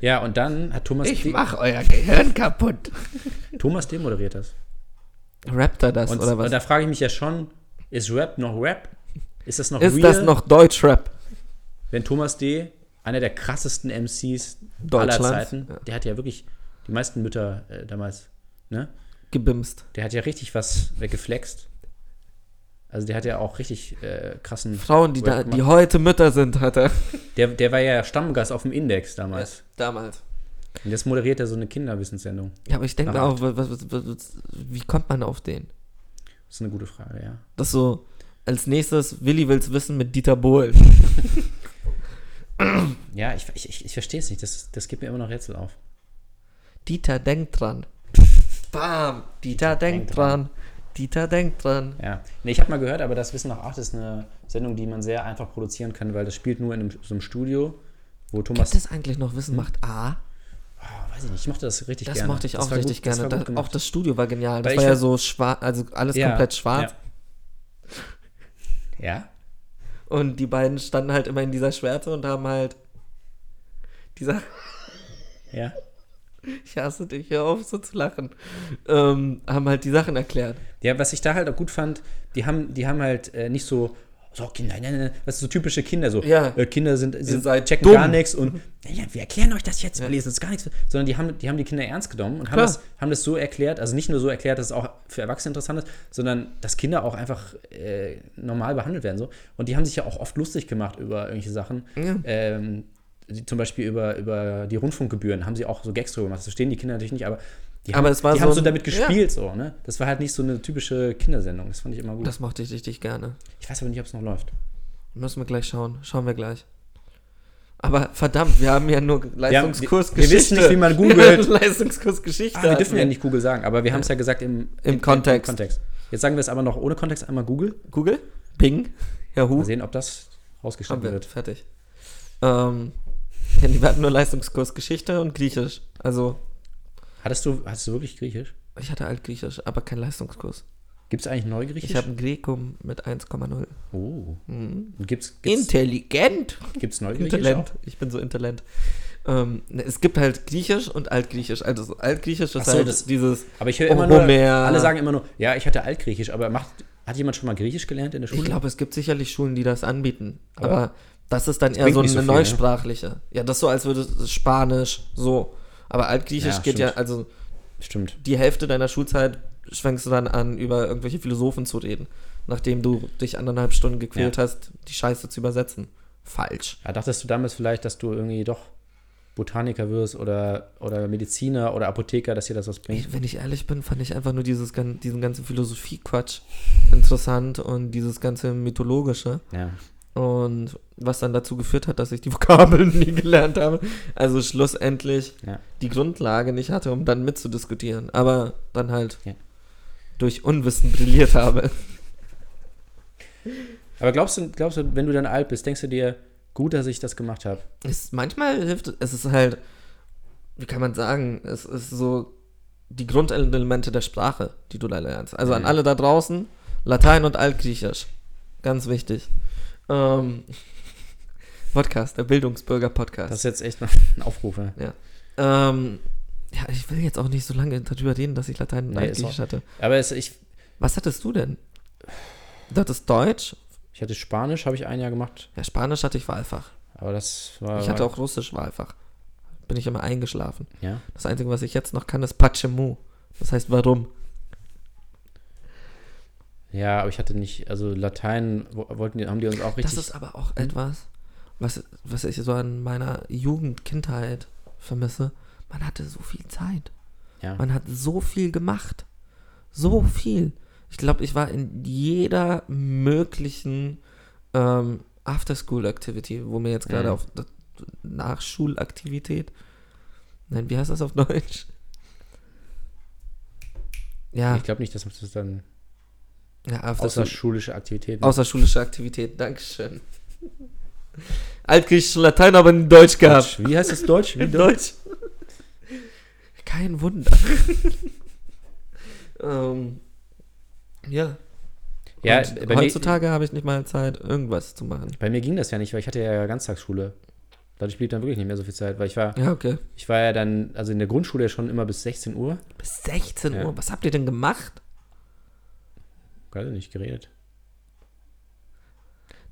D: Ja, und dann hat Thomas
C: Ich
D: D.
C: mach euer Gehirn kaputt.
D: Thomas D. moderiert das.
C: Rappt er das
D: Und,
C: oder was?
D: und da frage ich mich ja schon, ist Rap noch Rap? Ist das noch
C: Ist
D: real?
C: das noch Deutschrap?
D: Wenn Thomas D., einer der krassesten MCs aller
C: Deutschlands,
D: Zeiten,
C: ja.
D: der hat ja wirklich die meisten Mütter äh, damals, ne?
C: Gebimst.
D: Der hat ja richtig was weggeflext. Also der hat ja auch richtig äh, krassen
C: Frauen, die, da,
D: Rap
C: die
D: gemacht.
C: heute Mütter sind, hat er.
D: der, der war ja Stammgast auf dem Index damals.
C: Damals.
D: Und jetzt moderiert er so eine Kinderwissenssendung.
C: Ja, aber ich denke
D: Ah.
C: auch, was, was, was, was, wie kommt man auf den?
D: Das ist eine gute Frage, ja.
C: Das so, als nächstes, Willi will's wissen mit Dieter Bohlen.
D: Ja, ich, ich, ich, ich verstehe es nicht. Das, das gibt mir immer noch Rätsel auf.
C: Dieter denkt dran. Bam! Dieter denkt dran. Dieter denkt dran.
D: Ja. Nee, ich habe mal gehört, aber das Wissen nach 8 ist eine Sendung, die man sehr einfach produzieren kann, weil das spielt nur in einem, so einem Studio, wo Thomas.
C: Gibt es eigentlich noch Wissen macht A?
D: Ah, weiß ich nicht, ich mochte das richtig
C: Das
D: gerne.
C: mochte ich auch
D: war
C: richtig
D: gut,
C: gerne.
D: Das war
C: Da,
D: gut gemacht.
C: auch das Studio war genial. Das
D: Weil
C: war
D: ich
C: ja
D: hab-
C: so schwarz, also alles
D: Ja,
C: komplett schwarz.
D: Ja. ja.
C: Und die beiden standen halt immer in dieser Schwärze und haben halt dieser
D: Ja.
C: Ich hasse dich, hör auf so zu lachen. Ähm, haben halt die Sachen erklärt.
D: Ja, was ich da halt auch gut fand, die haben, die haben halt äh, nicht so, so Kinder, ne, ne, was so typische Kinder, so
C: Ja.
D: äh, Kinder sind, sind
C: seid
D: checken
C: dumm. Mhm.
D: gar nichts und ja, ja, wir erklären euch das jetzt, wir lesen uns gar nichts, sondern die haben, die haben die Kinder ernst genommen und haben
C: Klar.
D: das, haben das so erklärt, also nicht nur so erklärt, dass es auch für Erwachsene interessant ist, sondern dass Kinder auch einfach äh, normal behandelt werden so und die haben sich ja auch oft lustig gemacht über irgendwelche Sachen. Ähm, die, zum Beispiel über, über die Rundfunkgebühren haben sie auch so Gags drüber gemacht. Das verstehen die Kinder natürlich nicht, aber die haben,
C: Aber es war
D: die
C: so
D: haben so
C: ein-
D: damit
C: ja.
D: gespielt so, ne? Das war halt nicht so eine typische Kindersendung. Das fand ich immer gut.
C: Das mochte ich richtig gerne.
D: ich weiß aber nicht, ob es noch läuft.
C: Müssen wir gleich schauen. Schauen wir gleich. Aber verdammt, wir haben ja nur Leistungskurs
D: wir- wir wissen nicht, wie man googelt.
C: Wir haben Leistungskurs Geschichte.
D: Ah, wir dürfen
C: hatten
D: ja nicht Google sagen, aber wir haben es ja gesagt im,
C: Im Kontext.
D: Kontext. Jetzt sagen wir es aber noch ohne Kontext einmal Google.
C: Google, Bing,
D: Mal
C: Yahoo.
D: sehen, ob das
C: Haben
D: rausgeschnitten
C: wir,
D: wird.
C: fertig. Ähm, ja, wir hatten nur Leistungskurs Geschichte und Griechisch. Also,
D: Hattest du, hattest du wirklich Griechisch?
C: ich hatte Altgriechisch, aber kein Leistungskurs.
D: Gibt es eigentlich Neugriechisch?
C: Ich Mhm. habe ein Grekum mit 1,0.
D: Oh. Und Gibt's, gibt's,
C: Intelligent.
D: gibt's Neugriechisch auch?
C: Intelligent. Ich bin so intelligent. Ähm, ne, es gibt halt Griechisch und Altgriechisch. Also so Altgriechisch ist
D: Ach so,
C: halt
D: das-
C: dieses.
D: Aber ich höre immer nur,
C: Homer.
D: alle sagen immer nur, ja, ich hatte Altgriechisch, aber macht, hat jemand schon mal Griechisch gelernt in der Schule?
C: Ich glaube, es gibt sicherlich Schulen, die das anbieten. Aber,
D: Aber
C: das ist dann eher
D: bringt
C: so eine
D: nicht so viel, ne?
C: neusprachliche. Ja, das ist so, als würde es Spanisch so. Aber Altgriechisch
D: Ja,
C: geht ja,
D: stimmt.
C: also
D: Stimmt.
C: die Hälfte deiner Schulzeit schwenkst du dann an, über irgendwelche Philosophen zu reden, nachdem du dich anderthalb Stunden gequält
D: Ja.
C: hast, die Scheiße zu übersetzen. Falsch.
D: Ja, dachtest du damals vielleicht, dass du irgendwie doch Botaniker wirst oder, oder Mediziner oder Apotheker, dass dir das was bringt?
C: Ich, wenn ich ehrlich bin, fand ich einfach nur dieses, gan- diesen ganzen Philosophie-Quatsch interessant und dieses ganze Mythologische.
D: Ja.
C: Und was dann dazu geführt hat, dass ich die Vokabeln nie gelernt habe. Also schlussendlich
D: Ja.
C: die Grundlage nicht hatte, um dann mitzudiskutieren. Aber dann halt
D: Ja.
C: durch Unwissen brilliert habe.
D: Aber glaubst du, glaubst du, wenn du dann alt bist, denkst du dir, gut, dass ich das gemacht habe?
C: Es, manchmal hilft es, es ist halt, wie kann man sagen, es ist so die Grundelemente der Sprache, die du da lernst. Also an alle da draußen, Latein und Altgriechisch. Ganz wichtig. Ähm, Podcast, der
D: Das ist
C: Bildungsbürger-Podcast.
D: jetzt echt noch ein Aufruf. Ja.
C: Ähm, ja, ich will jetzt auch nicht so lange darüber reden, dass ich Latein und
D: Nee, ist
C: Altgriechisch
D: auch-
C: hatte.
D: Aber es, ich,
C: Was hattest du denn? Du hattest Deutsch?
D: ich hatte Spanisch, habe ich ein Jahr gemacht,
C: Ja, Spanisch hatte ich Wahlfach.
D: aber das war.
C: Ich hatte auch Russisch Wahlfach. bin ich immer eingeschlafen.
D: Ja.
C: Das Einzige, was ich jetzt noch kann, ist Pachemu. Das heißt, warum?
D: Ja, aber ich hatte nicht, also Latein wo- wollten die, haben die uns auch richtig.
C: Das ist aber auch etwas, was, was ich so an meiner Jugend, Kindheit vermisse. Man hatte so viel Zeit.
D: ja.
C: Man hat so viel gemacht. So viel. Ich glaube, ich war in jeder möglichen ähm, After-School-Activity, wo mir jetzt gerade
D: Mhm.
C: auf Nachschulaktivität. Nein, wie heißt das auf Deutsch? Ja,
D: Ich glaube nicht, dass das dann
C: ja After-School.
D: außerschulische Aktivitäten.
C: Außerschulische Aktivität, Dankeschön. Altgriechisch und Latein, aber in Deutsch gehabt.
D: Wie heißt das Deutsch? Wie
C: In
D: Deutsch?
C: Deutsch. Kein Wunder. ähm, ja.
D: Ja,
C: und
D: bei mir,
C: heutzutage habe ich nicht mal Zeit, irgendwas zu machen.
D: bei mir ging das ja nicht, weil ich hatte ja Ganztagsschule. Dadurch blieb dann wirklich nicht mehr so viel Zeit, weil ich war,
C: Ja, okay.
D: ich war ja dann, also in der Grundschule ja schon immer bis 16 Uhr.
C: Bis 16
D: Ja.
C: Uhr. Was habt ihr denn gemacht?
D: Gerade nicht geredet.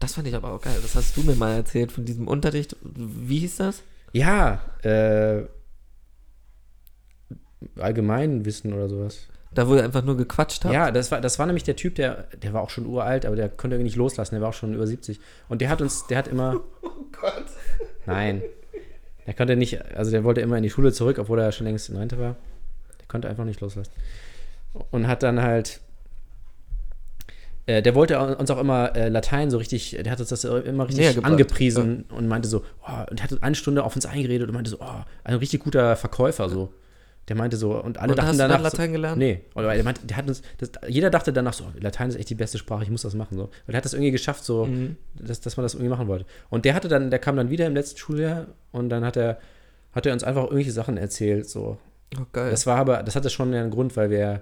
C: Das fand ich aber auch geil. Das hast du mir mal erzählt von diesem Unterricht. Wie hieß das?
D: Ja, äh, Allgemeinwissen oder sowas.
C: Da wurde einfach nur gequatscht habt.
D: Ja, das war, das war nämlich der Typ, der, der war auch schon uralt, aber der konnte irgendwie nicht loslassen, der war auch schon über 70. Und der hat uns, der hat immer. Oh Gott. Nein. Der konnte nicht, also der wollte immer in die Schule zurück, obwohl er schon längst in Rente war. Der konnte einfach nicht loslassen. Und hat dann halt. äh, Der wollte uns auch immer äh, Latein so richtig, der hat uns das immer
C: Näher
D: richtig
C: gebracht,
D: angepriesen und meinte so, oh, und hat eine Stunde auf uns eingeredet und meinte so, oh, ein richtig guter Verkäufer so. Der meinte so, und alle
C: Und
D: dachten
C: hast du dann
D: danach.
C: Latein
D: so,
C: gelernt?
D: Nee, oder weil der meinte, der hat uns, das, jeder dachte danach so, Latein ist echt die beste Sprache, ich muss das machen. So. Weil er hat das irgendwie geschafft, so,
C: Mhm.
D: dass, dass man das irgendwie machen wollte. Und der hatte dann, der kam dann wieder im letzten Schuljahr und dann hat er, hat er uns einfach irgendwelche Sachen erzählt. So.
C: Oh, geil.
D: Das war aber, das hatte schon einen Grund, weil wir,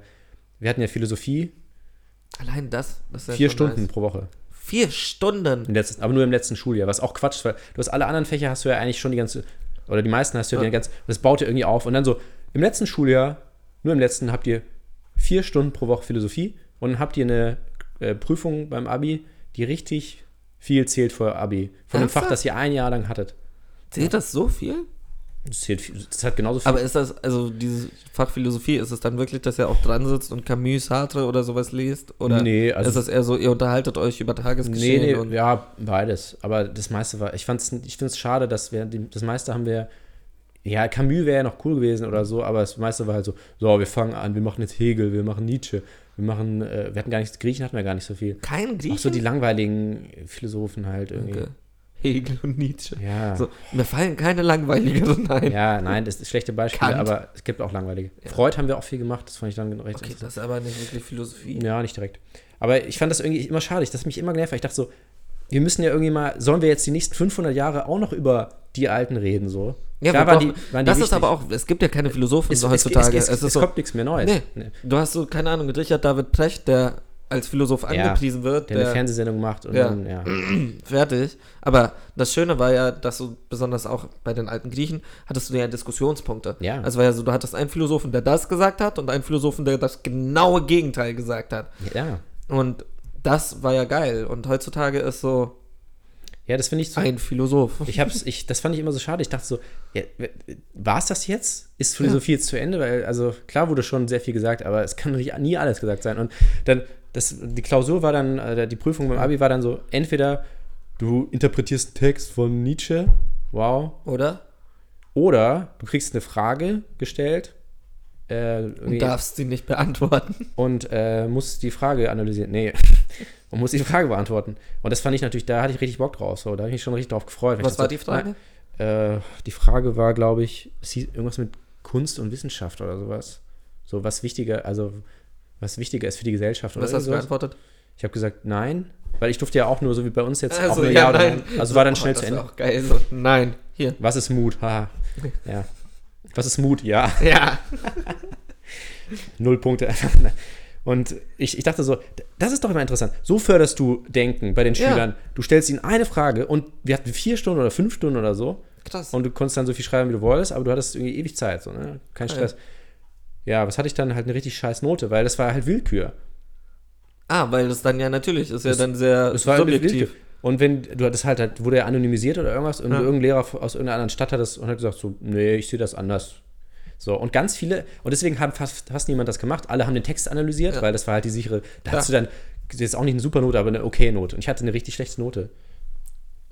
D: wir hatten ja Philosophie,
C: Allein das. das ist ja
D: vier
C: schon
D: Stunden
C: Nice.
D: pro Woche.
C: Vier Stunden.
D: Im letzten, aber nur im letzten Schuljahr, was auch Quatsch, weil du hast alle anderen Fächer hast du ja eigentlich schon die ganze, oder die meisten hast du ja, die ganze, und das baut ja irgendwie auf. Und dann so, im letzten Schuljahr, nur im letzten, habt ihr vier Stunden pro Woche Philosophie und dann habt ihr eine äh, Prüfung beim Abi, die richtig viel zählt für euer Abi. Von dem Fach,
C: Ernsthaft?
D: das ihr ein Jahr lang hattet.
C: Zählt das so viel?
D: Das zählt viel, das hat genauso viel.
C: Aber ist das, also dieses Fach Philosophie, ist es dann wirklich, dass ihr auch dran sitzt und Camus, Sartre oder sowas lest? Oder
D: Nee, also-
C: also ist das eher so, ihr unterhaltet euch über
D: Nee,
C: Tagesgeschehen?
D: nee,
C: und,
D: ja, beides. Aber das meiste war, ich fand's, ich find's schade, dass wir, die- das meiste haben wir, ja, Camus wäre ja noch cool gewesen oder so, aber das meiste war halt so, so, wir fangen an, wir machen jetzt Hegel, wir machen Nietzsche, wir machen, äh, wir hatten gar nicht, Griechen hatten wir gar nicht so viel.
C: Kein Griechen?
D: Auch so die langweiligen Philosophen halt irgendwie.
C: Okay. Hegel und Nietzsche.
D: Ja.
C: So, mir fallen keine langweiligeren ein.
D: Ja, nein, das ist schlechte Beispiele,
C: Kant.
D: aber es gibt auch langweilige. Freud haben wir auch viel gemacht, das fand ich dann recht
C: Okay, das ist aber nicht wirklich Philosophie.
D: Ja, nicht direkt. Aber ich fand das irgendwie immer schade. Ich- Das hat mich immer genervt, weil ich dachte so, wir müssen ja irgendwie mal, sollen wir jetzt die nächsten 500 Jahre auch noch über die Alten reden, so?
C: Ja,
D: Klar
C: wir
D: waren
C: brauchen-
D: die, waren die
C: das ist
D: wichtig.
C: aber auch, es gibt ja keine Philosophen
D: es,
C: so
D: es,
C: heutzutage.
D: Es, es, es,
C: ist so,
D: kommt nichts mehr Neues.
C: nee,
D: Nee.
C: du hast so, keine Ahnung, Richard David Precht, der als Philosoph angepriesen wird,
D: der, eine Fernsehsendung macht und
C: Ja.
D: dann, ja.
C: fertig. Aber das Schöne war ja, dass du besonders auch bei den alten Griechen hattest du ja Diskussionspunkte.
D: Ja.
C: Also war ja so, du hattest einen Philosophen, der das gesagt hat und einen Philosophen, der das genaue Gegenteil gesagt hat.
D: Ja,
C: Und das war ja geil. Und heutzutage ist so
D: ja das finde ich so.
C: ein Philosoph.
D: Ich hab's, ich, das fand ich immer so schade. Ich dachte so, ja, war es das jetzt? Ist Philosophie jetzt zu Ende? Weil, also klar wurde schon sehr viel gesagt, aber es kann nicht nie alles gesagt sein. Und dann, das, die Klausur war dann, äh, die Prüfung beim Abi war dann so, entweder du interpretierst einen Text von Nietzsche, wow,
C: Oder?
D: oder du kriegst eine Frage gestellt äh,
C: Du
D: irgendwie-
C: darfst sie nicht beantworten.
D: und äh, musst die Frage analysieren. Nee. Und musst die Frage beantworten. Und das fand ich natürlich, da hatte ich richtig Bock drauf. So, da habe ich mich schon richtig drauf gefreut. weil ich
C: Was war
D: dachte,
C: die Frage?
D: äh, die Frage war, glaube ich, es hieß irgendwas mit Kunst und Wissenschaft oder sowas. So was wichtiger, also was wichtiger ist für die Gesellschaft oder
C: Was hast du
D: sowas.
C: beantwortet?
D: Ich habe gesagt, nein, weil ich durfte ja auch nur so wie bei uns jetzt auch
C: Also,
D: nur
C: ja,
D: ja, oder
C: nein. Oh,
D: nein. Also war dann schnell
C: das
D: zu
C: wär
D: Ende.
C: auch geil. So, nein, hier.
D: Was ist Mut? Haha. ja. Was ist Mut? Ja.
C: Ja.
D: Null Punkte. Und ich, ich dachte so, das ist doch immer interessant. So förderst du Denken bei den
C: Ja.
D: Schülern. Du stellst ihnen eine Frage und wir hatten vier Stunden oder fünf Stunden oder so.
C: Krass.
D: Und du konntest dann so viel schreiben, wie du wolltest, aber du hattest irgendwie ewig Zeit, so, ne? Kein
C: Geil.
D: Stress. Ja, was hatte ich dann halt eine richtig scheiß Note, weil das war halt Willkür.
C: ah, weil das dann ja natürlich ist ja dann sehr
D: Das war halt eine
C: subjektiv.
D: Willkür. Und wenn, du hattest halt, halt wurde er anonymisiert oder irgendwas und
C: Ja.
D: irgendein Lehrer aus irgendeiner anderen Stadt hat das und hat gesagt so, nee, ich sehe das anders. So, und ganz viele, und deswegen haben fast, fast niemand das gemacht. Alle haben den Text analysiert, weil das war halt die sichere, da hast du dann, jetzt auch nicht eine super Note, aber eine okay Note. Und ich hatte eine richtig schlechte Note.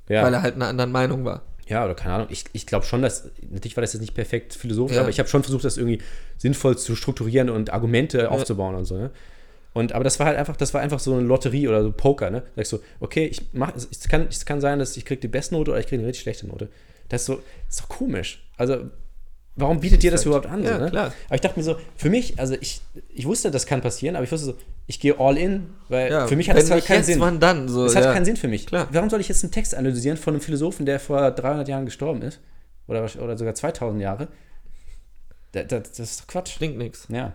D: Ja.
C: weil er halt einer anderen Meinung war.
D: Ja, oder keine Ahnung. Ich, ich glaube schon, dass, natürlich war das jetzt nicht perfekt philosophisch,
C: Ja.
D: aber ich habe schon versucht, das irgendwie sinnvoll zu strukturieren und Argumente aufzubauen und so, ne? Und, aber das war halt einfach, das war einfach so eine Lotterie oder so Poker, ne? Sagst du, okay, ich mach, es es kann, es kann sein, dass ich krieg die beste Note oder ich krieg eine richtig schlechte Note. Das ist so, ist doch komisch. Also, warum bietet dir das überhaupt an?
C: halt- Ja,
D: so, ne?
C: klar.
D: Aber ich dachte mir so, für mich, also ich, ich wusste, das kann passieren, aber ich wusste so, ich gehe all in, weil
C: Ja,
D: für mich hat
C: wenn
D: das halt
C: nicht
D: keinen
C: jetzt,
D: Sinn.
C: wann dann? So,
D: Das hat
C: ja.
D: keinen Sinn für mich.
C: Klar.
D: Warum soll ich jetzt einen Text analysieren von einem Philosophen, der vor 300 Jahren gestorben ist? Oder, wahrsch- oder sogar 2000 Jahre? Da, da, das ist doch Quatsch.
C: Klingt nichts.
D: Ja.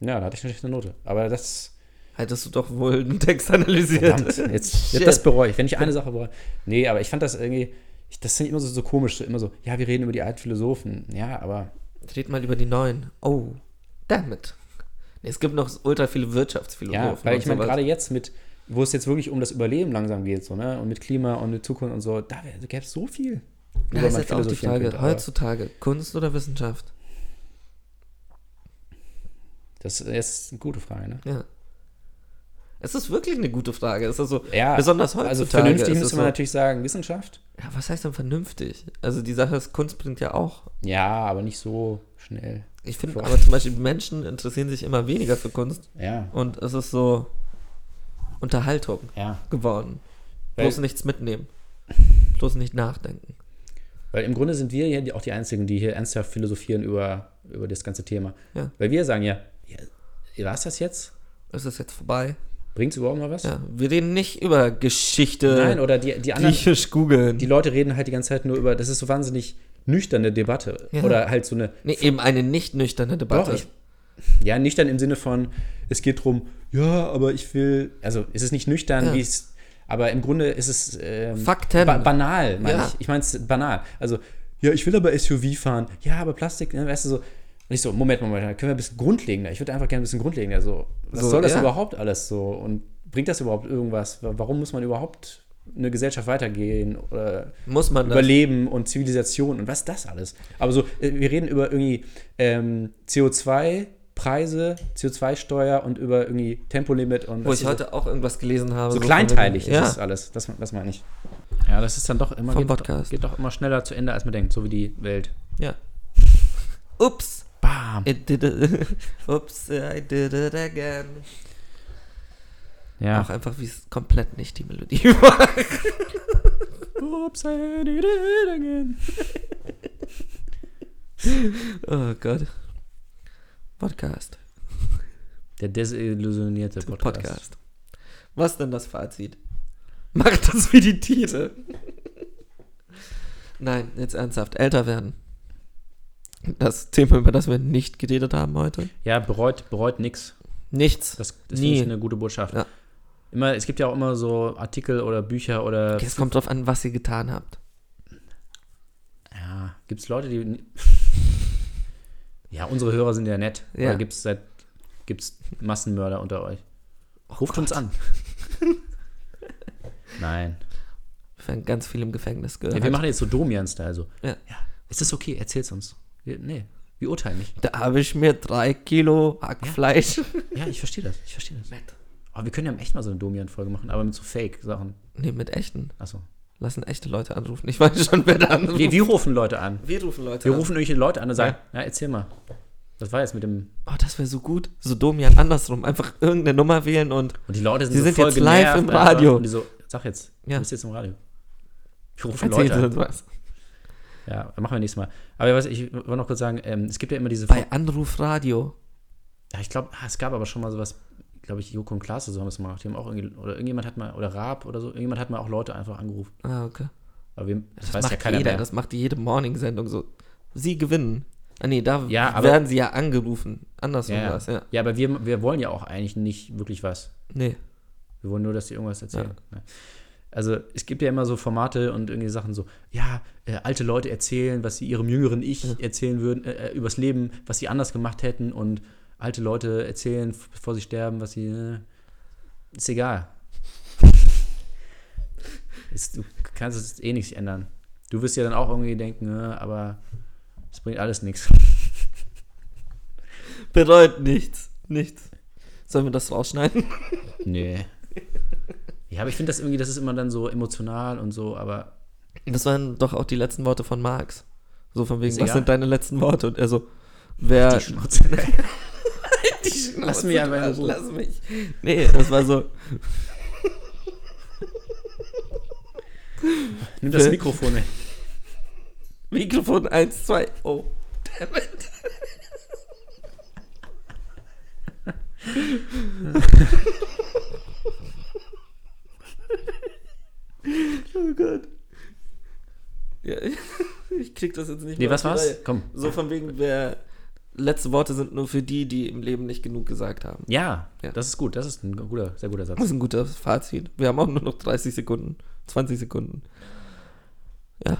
D: Ja, da hatte ich natürlich eine Note. Aber das.
C: Hättest du doch wohl einen Text analysiert.
D: Verdammt, jetzt, jetzt das bereue ich, wenn ich eine Sache bereue. Nee, aber ich fand das irgendwie. Ich, das sind immer so, so komisch, so immer so, ja, wir reden über die alten Philosophen. Ja, aber.
C: Red mal über die neuen. Oh, damit. Nee, es gibt noch ultra viele Wirtschaftsphilosophen.
D: Ja, weil ich
C: und
D: meine,
C: sowas.
D: gerade jetzt mit, wo es jetzt wirklich um das Überleben langsam geht, so, ne? Und mit Klima und mit Zukunft und so, da gäbe es so viel.
C: Da
D: worüber
C: ist
D: man
C: jetzt auch die
D: philosophieren
C: Frage,
D: könnte, aber-
C: heutzutage, Kunst oder Wissenschaft?
D: Das ist eine gute Frage, ne?
C: Ja. Es ist wirklich eine gute Frage. Es ist so,
D: Ja,
C: besonders heutzutage.
D: Also
C: ist
D: vernünftig
C: es
D: müsste
C: so,
D: man natürlich sagen, Wissenschaft.
C: Ja, was heißt denn vernünftig? Also die Sache ist, Kunst bringt ja auch.
D: Ja, aber nicht so schnell.
C: Ich finde
D: Voll.
C: aber zum Beispiel, Menschen interessieren sich immer weniger für Kunst.
D: Ja,
C: Und es ist so Unterhaltung
D: ja.
C: geworden.
D: Weil-
C: Bloß nichts mitnehmen. Bloß nicht nachdenken.
D: Weil im Grunde sind wir ja die- auch die Einzigen, die hier ernsthaft philosophieren über, über das ganze Thema.
C: Ja.
D: Weil wir sagen ja, ja war es das jetzt?
C: Es ist jetzt vorbei.
D: Bringt es überhaupt mal was?
C: Ja, wir reden nicht über Geschichte.
D: Nein, oder die, die anderen,
C: Griechisch googeln.
D: die Leute reden halt die ganze Zeit nur über, das ist so wahnsinnig nüchterne Debatte.
C: Ja.
D: Oder halt so eine,
C: nee, eben eine nicht nüchterne Debatte.
D: Doch, ich- ja, nüchtern im Sinne von, es geht drum, ja, aber ich will, also es ist nicht nüchtern,
C: Ja.
D: wie es, aber im Grunde ist es ähm,
C: Fakten.
D: Ba banal, meine
C: Ja.
D: ich. Ich meine es banal. Also, ja, ich will aber SUV fahren. Ja, aber Plastik, ne, weißt du, so. Nicht so, Moment, Moment, Moment, können wir ein bisschen grundlegender. Ich würde einfach gerne ein bisschen grundlegender. So, was
C: So,
D: soll das
C: ja.
D: überhaupt alles so? Und bringt das überhaupt irgendwas? Wa- Warum muss man überhaupt eine Gesellschaft weitergehen oder
C: Muss man das?
D: Überleben und Zivilisation und was das alles. Aber so, äh, wir reden über irgendwie ähm, CO2-Preise, CO2-Steuer und über irgendwie Tempolimit und
C: Wo
D: das
C: Oh, ich
D: ist
C: heute auch irgendwas gelesen habe.
D: so, so
C: von
D: kleinteilig
C: wegen- Ja,
D: ist das alles. Das, das meine ich. Ja, das ist dann doch immer
C: Vom
D: geht,
C: Podcast.
D: geht doch immer schneller zu Ende, als man denkt, so wie die Welt.
C: ja. Ups.
D: Bam.
C: It did it. Ups, I did it again.
D: Ja.
C: Auch einfach, wie es komplett nicht die Melodie war.
D: Ups, I did it again.
C: Oh Gott. Podcast.
D: Der desillusionierte Podcast.
C: Podcast. Was denn das Fazit? Macht das wie die Tiere. Nein, jetzt ernsthaft. Älter werden. Das Thema, über das wir nicht geredet haben heute.
D: Ja, bereut, bereut nix.
C: Nichts.
D: Das, das
C: Nie.
D: finde ich eine gute Botschaft.
C: Ja.
D: Immer, es gibt ja auch immer so Artikel oder Bücher oder
C: Es kommt drauf an, was ihr getan habt.
D: Ja, gibt es Leute, die. Ja, unsere Hörer sind ja nett.
C: Ja.
D: Ja. Gibt es seit. Gibt's Massenmörder unter euch?
C: Oh
D: Ruft uns an. Nein.
C: Wir werden ganz viel im Gefängnis
D: Ja,
C: gehört.
D: wir machen jetzt so Domian-Style. So.
C: halt. Ja.
D: Ist das okay? Erzähl's uns. Wir, nee, wir urteilen nicht.
C: da habe ich mir drei Kilo Hackfleisch.
D: Ja, ich verstehe das. Ich verstehe das.
C: Nett.
D: Aber wir können ja echt mal so eine Domian-Folge machen, aber mit so Fake-Sachen.
C: Nee, mit echten.
D: Achso.
C: Lassen echte Leute anrufen. Ich weiß schon, wer da anruft.
D: Wir, wir rufen Leute an.
C: Wir rufen Leute
D: Wir
C: an.
D: rufen irgendwelche Leute an und sagen: ja. erzähl mal. Was war jetzt mit dem.
C: Oh, das wäre so gut. So Domian andersrum. Einfach irgendeine Nummer wählen und
D: Und die Leute sind,
C: Sie
D: so
C: sind
D: voll
C: jetzt live
D: genervt,
C: im
D: Alter.
C: Radio.
D: Und die so, sag jetzt,
C: Ja.
D: du bist jetzt im Radio. Ich rufe
C: erzählen
D: Leute
C: sie
D: an.
C: uns was.
D: Ja, machen wir nächstes Mal. Aber was ich wollte noch kurz sagen, ähm, es gibt ja immer diese
C: Bei Anrufradio.
D: Ja, ich glaube, es gab aber schon mal sowas, glaube ich, Joko und Klaas oder so haben das mal gemacht. Die haben auch irgendwie, oder irgendjemand hat mal, oder Raab oder so, irgendjemand hat mal auch Leute einfach angerufen.
C: Ah, okay.
D: Aber wir, das,
C: Das
D: weiß ja
C: macht
D: keiner
C: jeder,
D: mehr.
C: das macht jede Morning-Sendung so. Sie gewinnen. Ah nee, da
D: Ja, aber-
C: werden sie ja angerufen. Andersrum
D: ja,
C: ja.
D: ja.
C: war's, ja.
D: ja, aber wir, wir wollen ja auch eigentlich nicht wirklich was.
C: Nee.
D: Wir wollen nur, dass sie irgendwas erzählen. Ja. Also es gibt ja immer so Formate und irgendwie Sachen so, ja, äh, alte Leute erzählen, was sie ihrem jüngeren Ich erzählen würden, äh, äh, übers Leben, was sie anders gemacht hätten und alte Leute erzählen, f- bevor sie sterben, was sie. Äh, ist egal. Ist, du kannst es eh nichts ändern. Du wirst ja dann auch irgendwie denken, ne, aber es bringt alles nichts.
C: Bereut nichts. Nichts. Sollen wir das rausschneiden?
D: Nee. Ja, aber ich finde das irgendwie, das ist immer dann so emotional und so, aber
C: Das waren doch auch die letzten Worte von Marx. So von wegen,
D: Ist
C: was
D: egal.
C: sind deine letzten Worte? Und er so, wer.
D: die Schnauze.
C: Lass
D: mich einfach in Ruhe.
C: Lass mich. Nee, das war so.
D: Nimm das Mikrofon weg.
C: Mikrofon 1, 2, oh. Dammit. oh Gott. Ja, ich krieg das jetzt nicht
D: Nee,
C: mehr
D: was
C: auf die
D: war's?
C: Reihe.
D: Komm.
C: So von wegen, wer letzte Worte sind nur für die, die im Leben nicht genug gesagt haben.
D: Ja,
C: Ja.
D: das ist gut. Das ist ein guter, sehr guter Satz.
C: Das ist ein gutes Fazit. Wir haben auch nur noch 30 Sekunden, 20 Sekunden.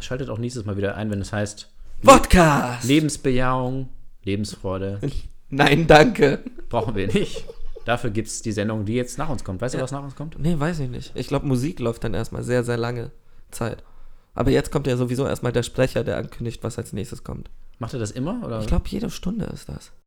D: Schaltet auch nächstes Mal wieder ein, wenn es heißt
C: Podcast!
D: Lebensbejahung, Lebensfreude.
C: Nein, danke.
D: Brauchen wir nicht. Dafür gibt es die Sendung, die jetzt nach uns kommt. Weißt du, was nach uns kommt?
C: Nee, weiß ich nicht. Ich glaube, Musik läuft dann erstmal sehr, sehr lange Zeit. Aber jetzt kommt ja sowieso erstmal der Sprecher, der ankündigt, was als nächstes kommt.
D: Macht ihr das immer? Oder?
C: Ich glaube, jede Stunde ist das.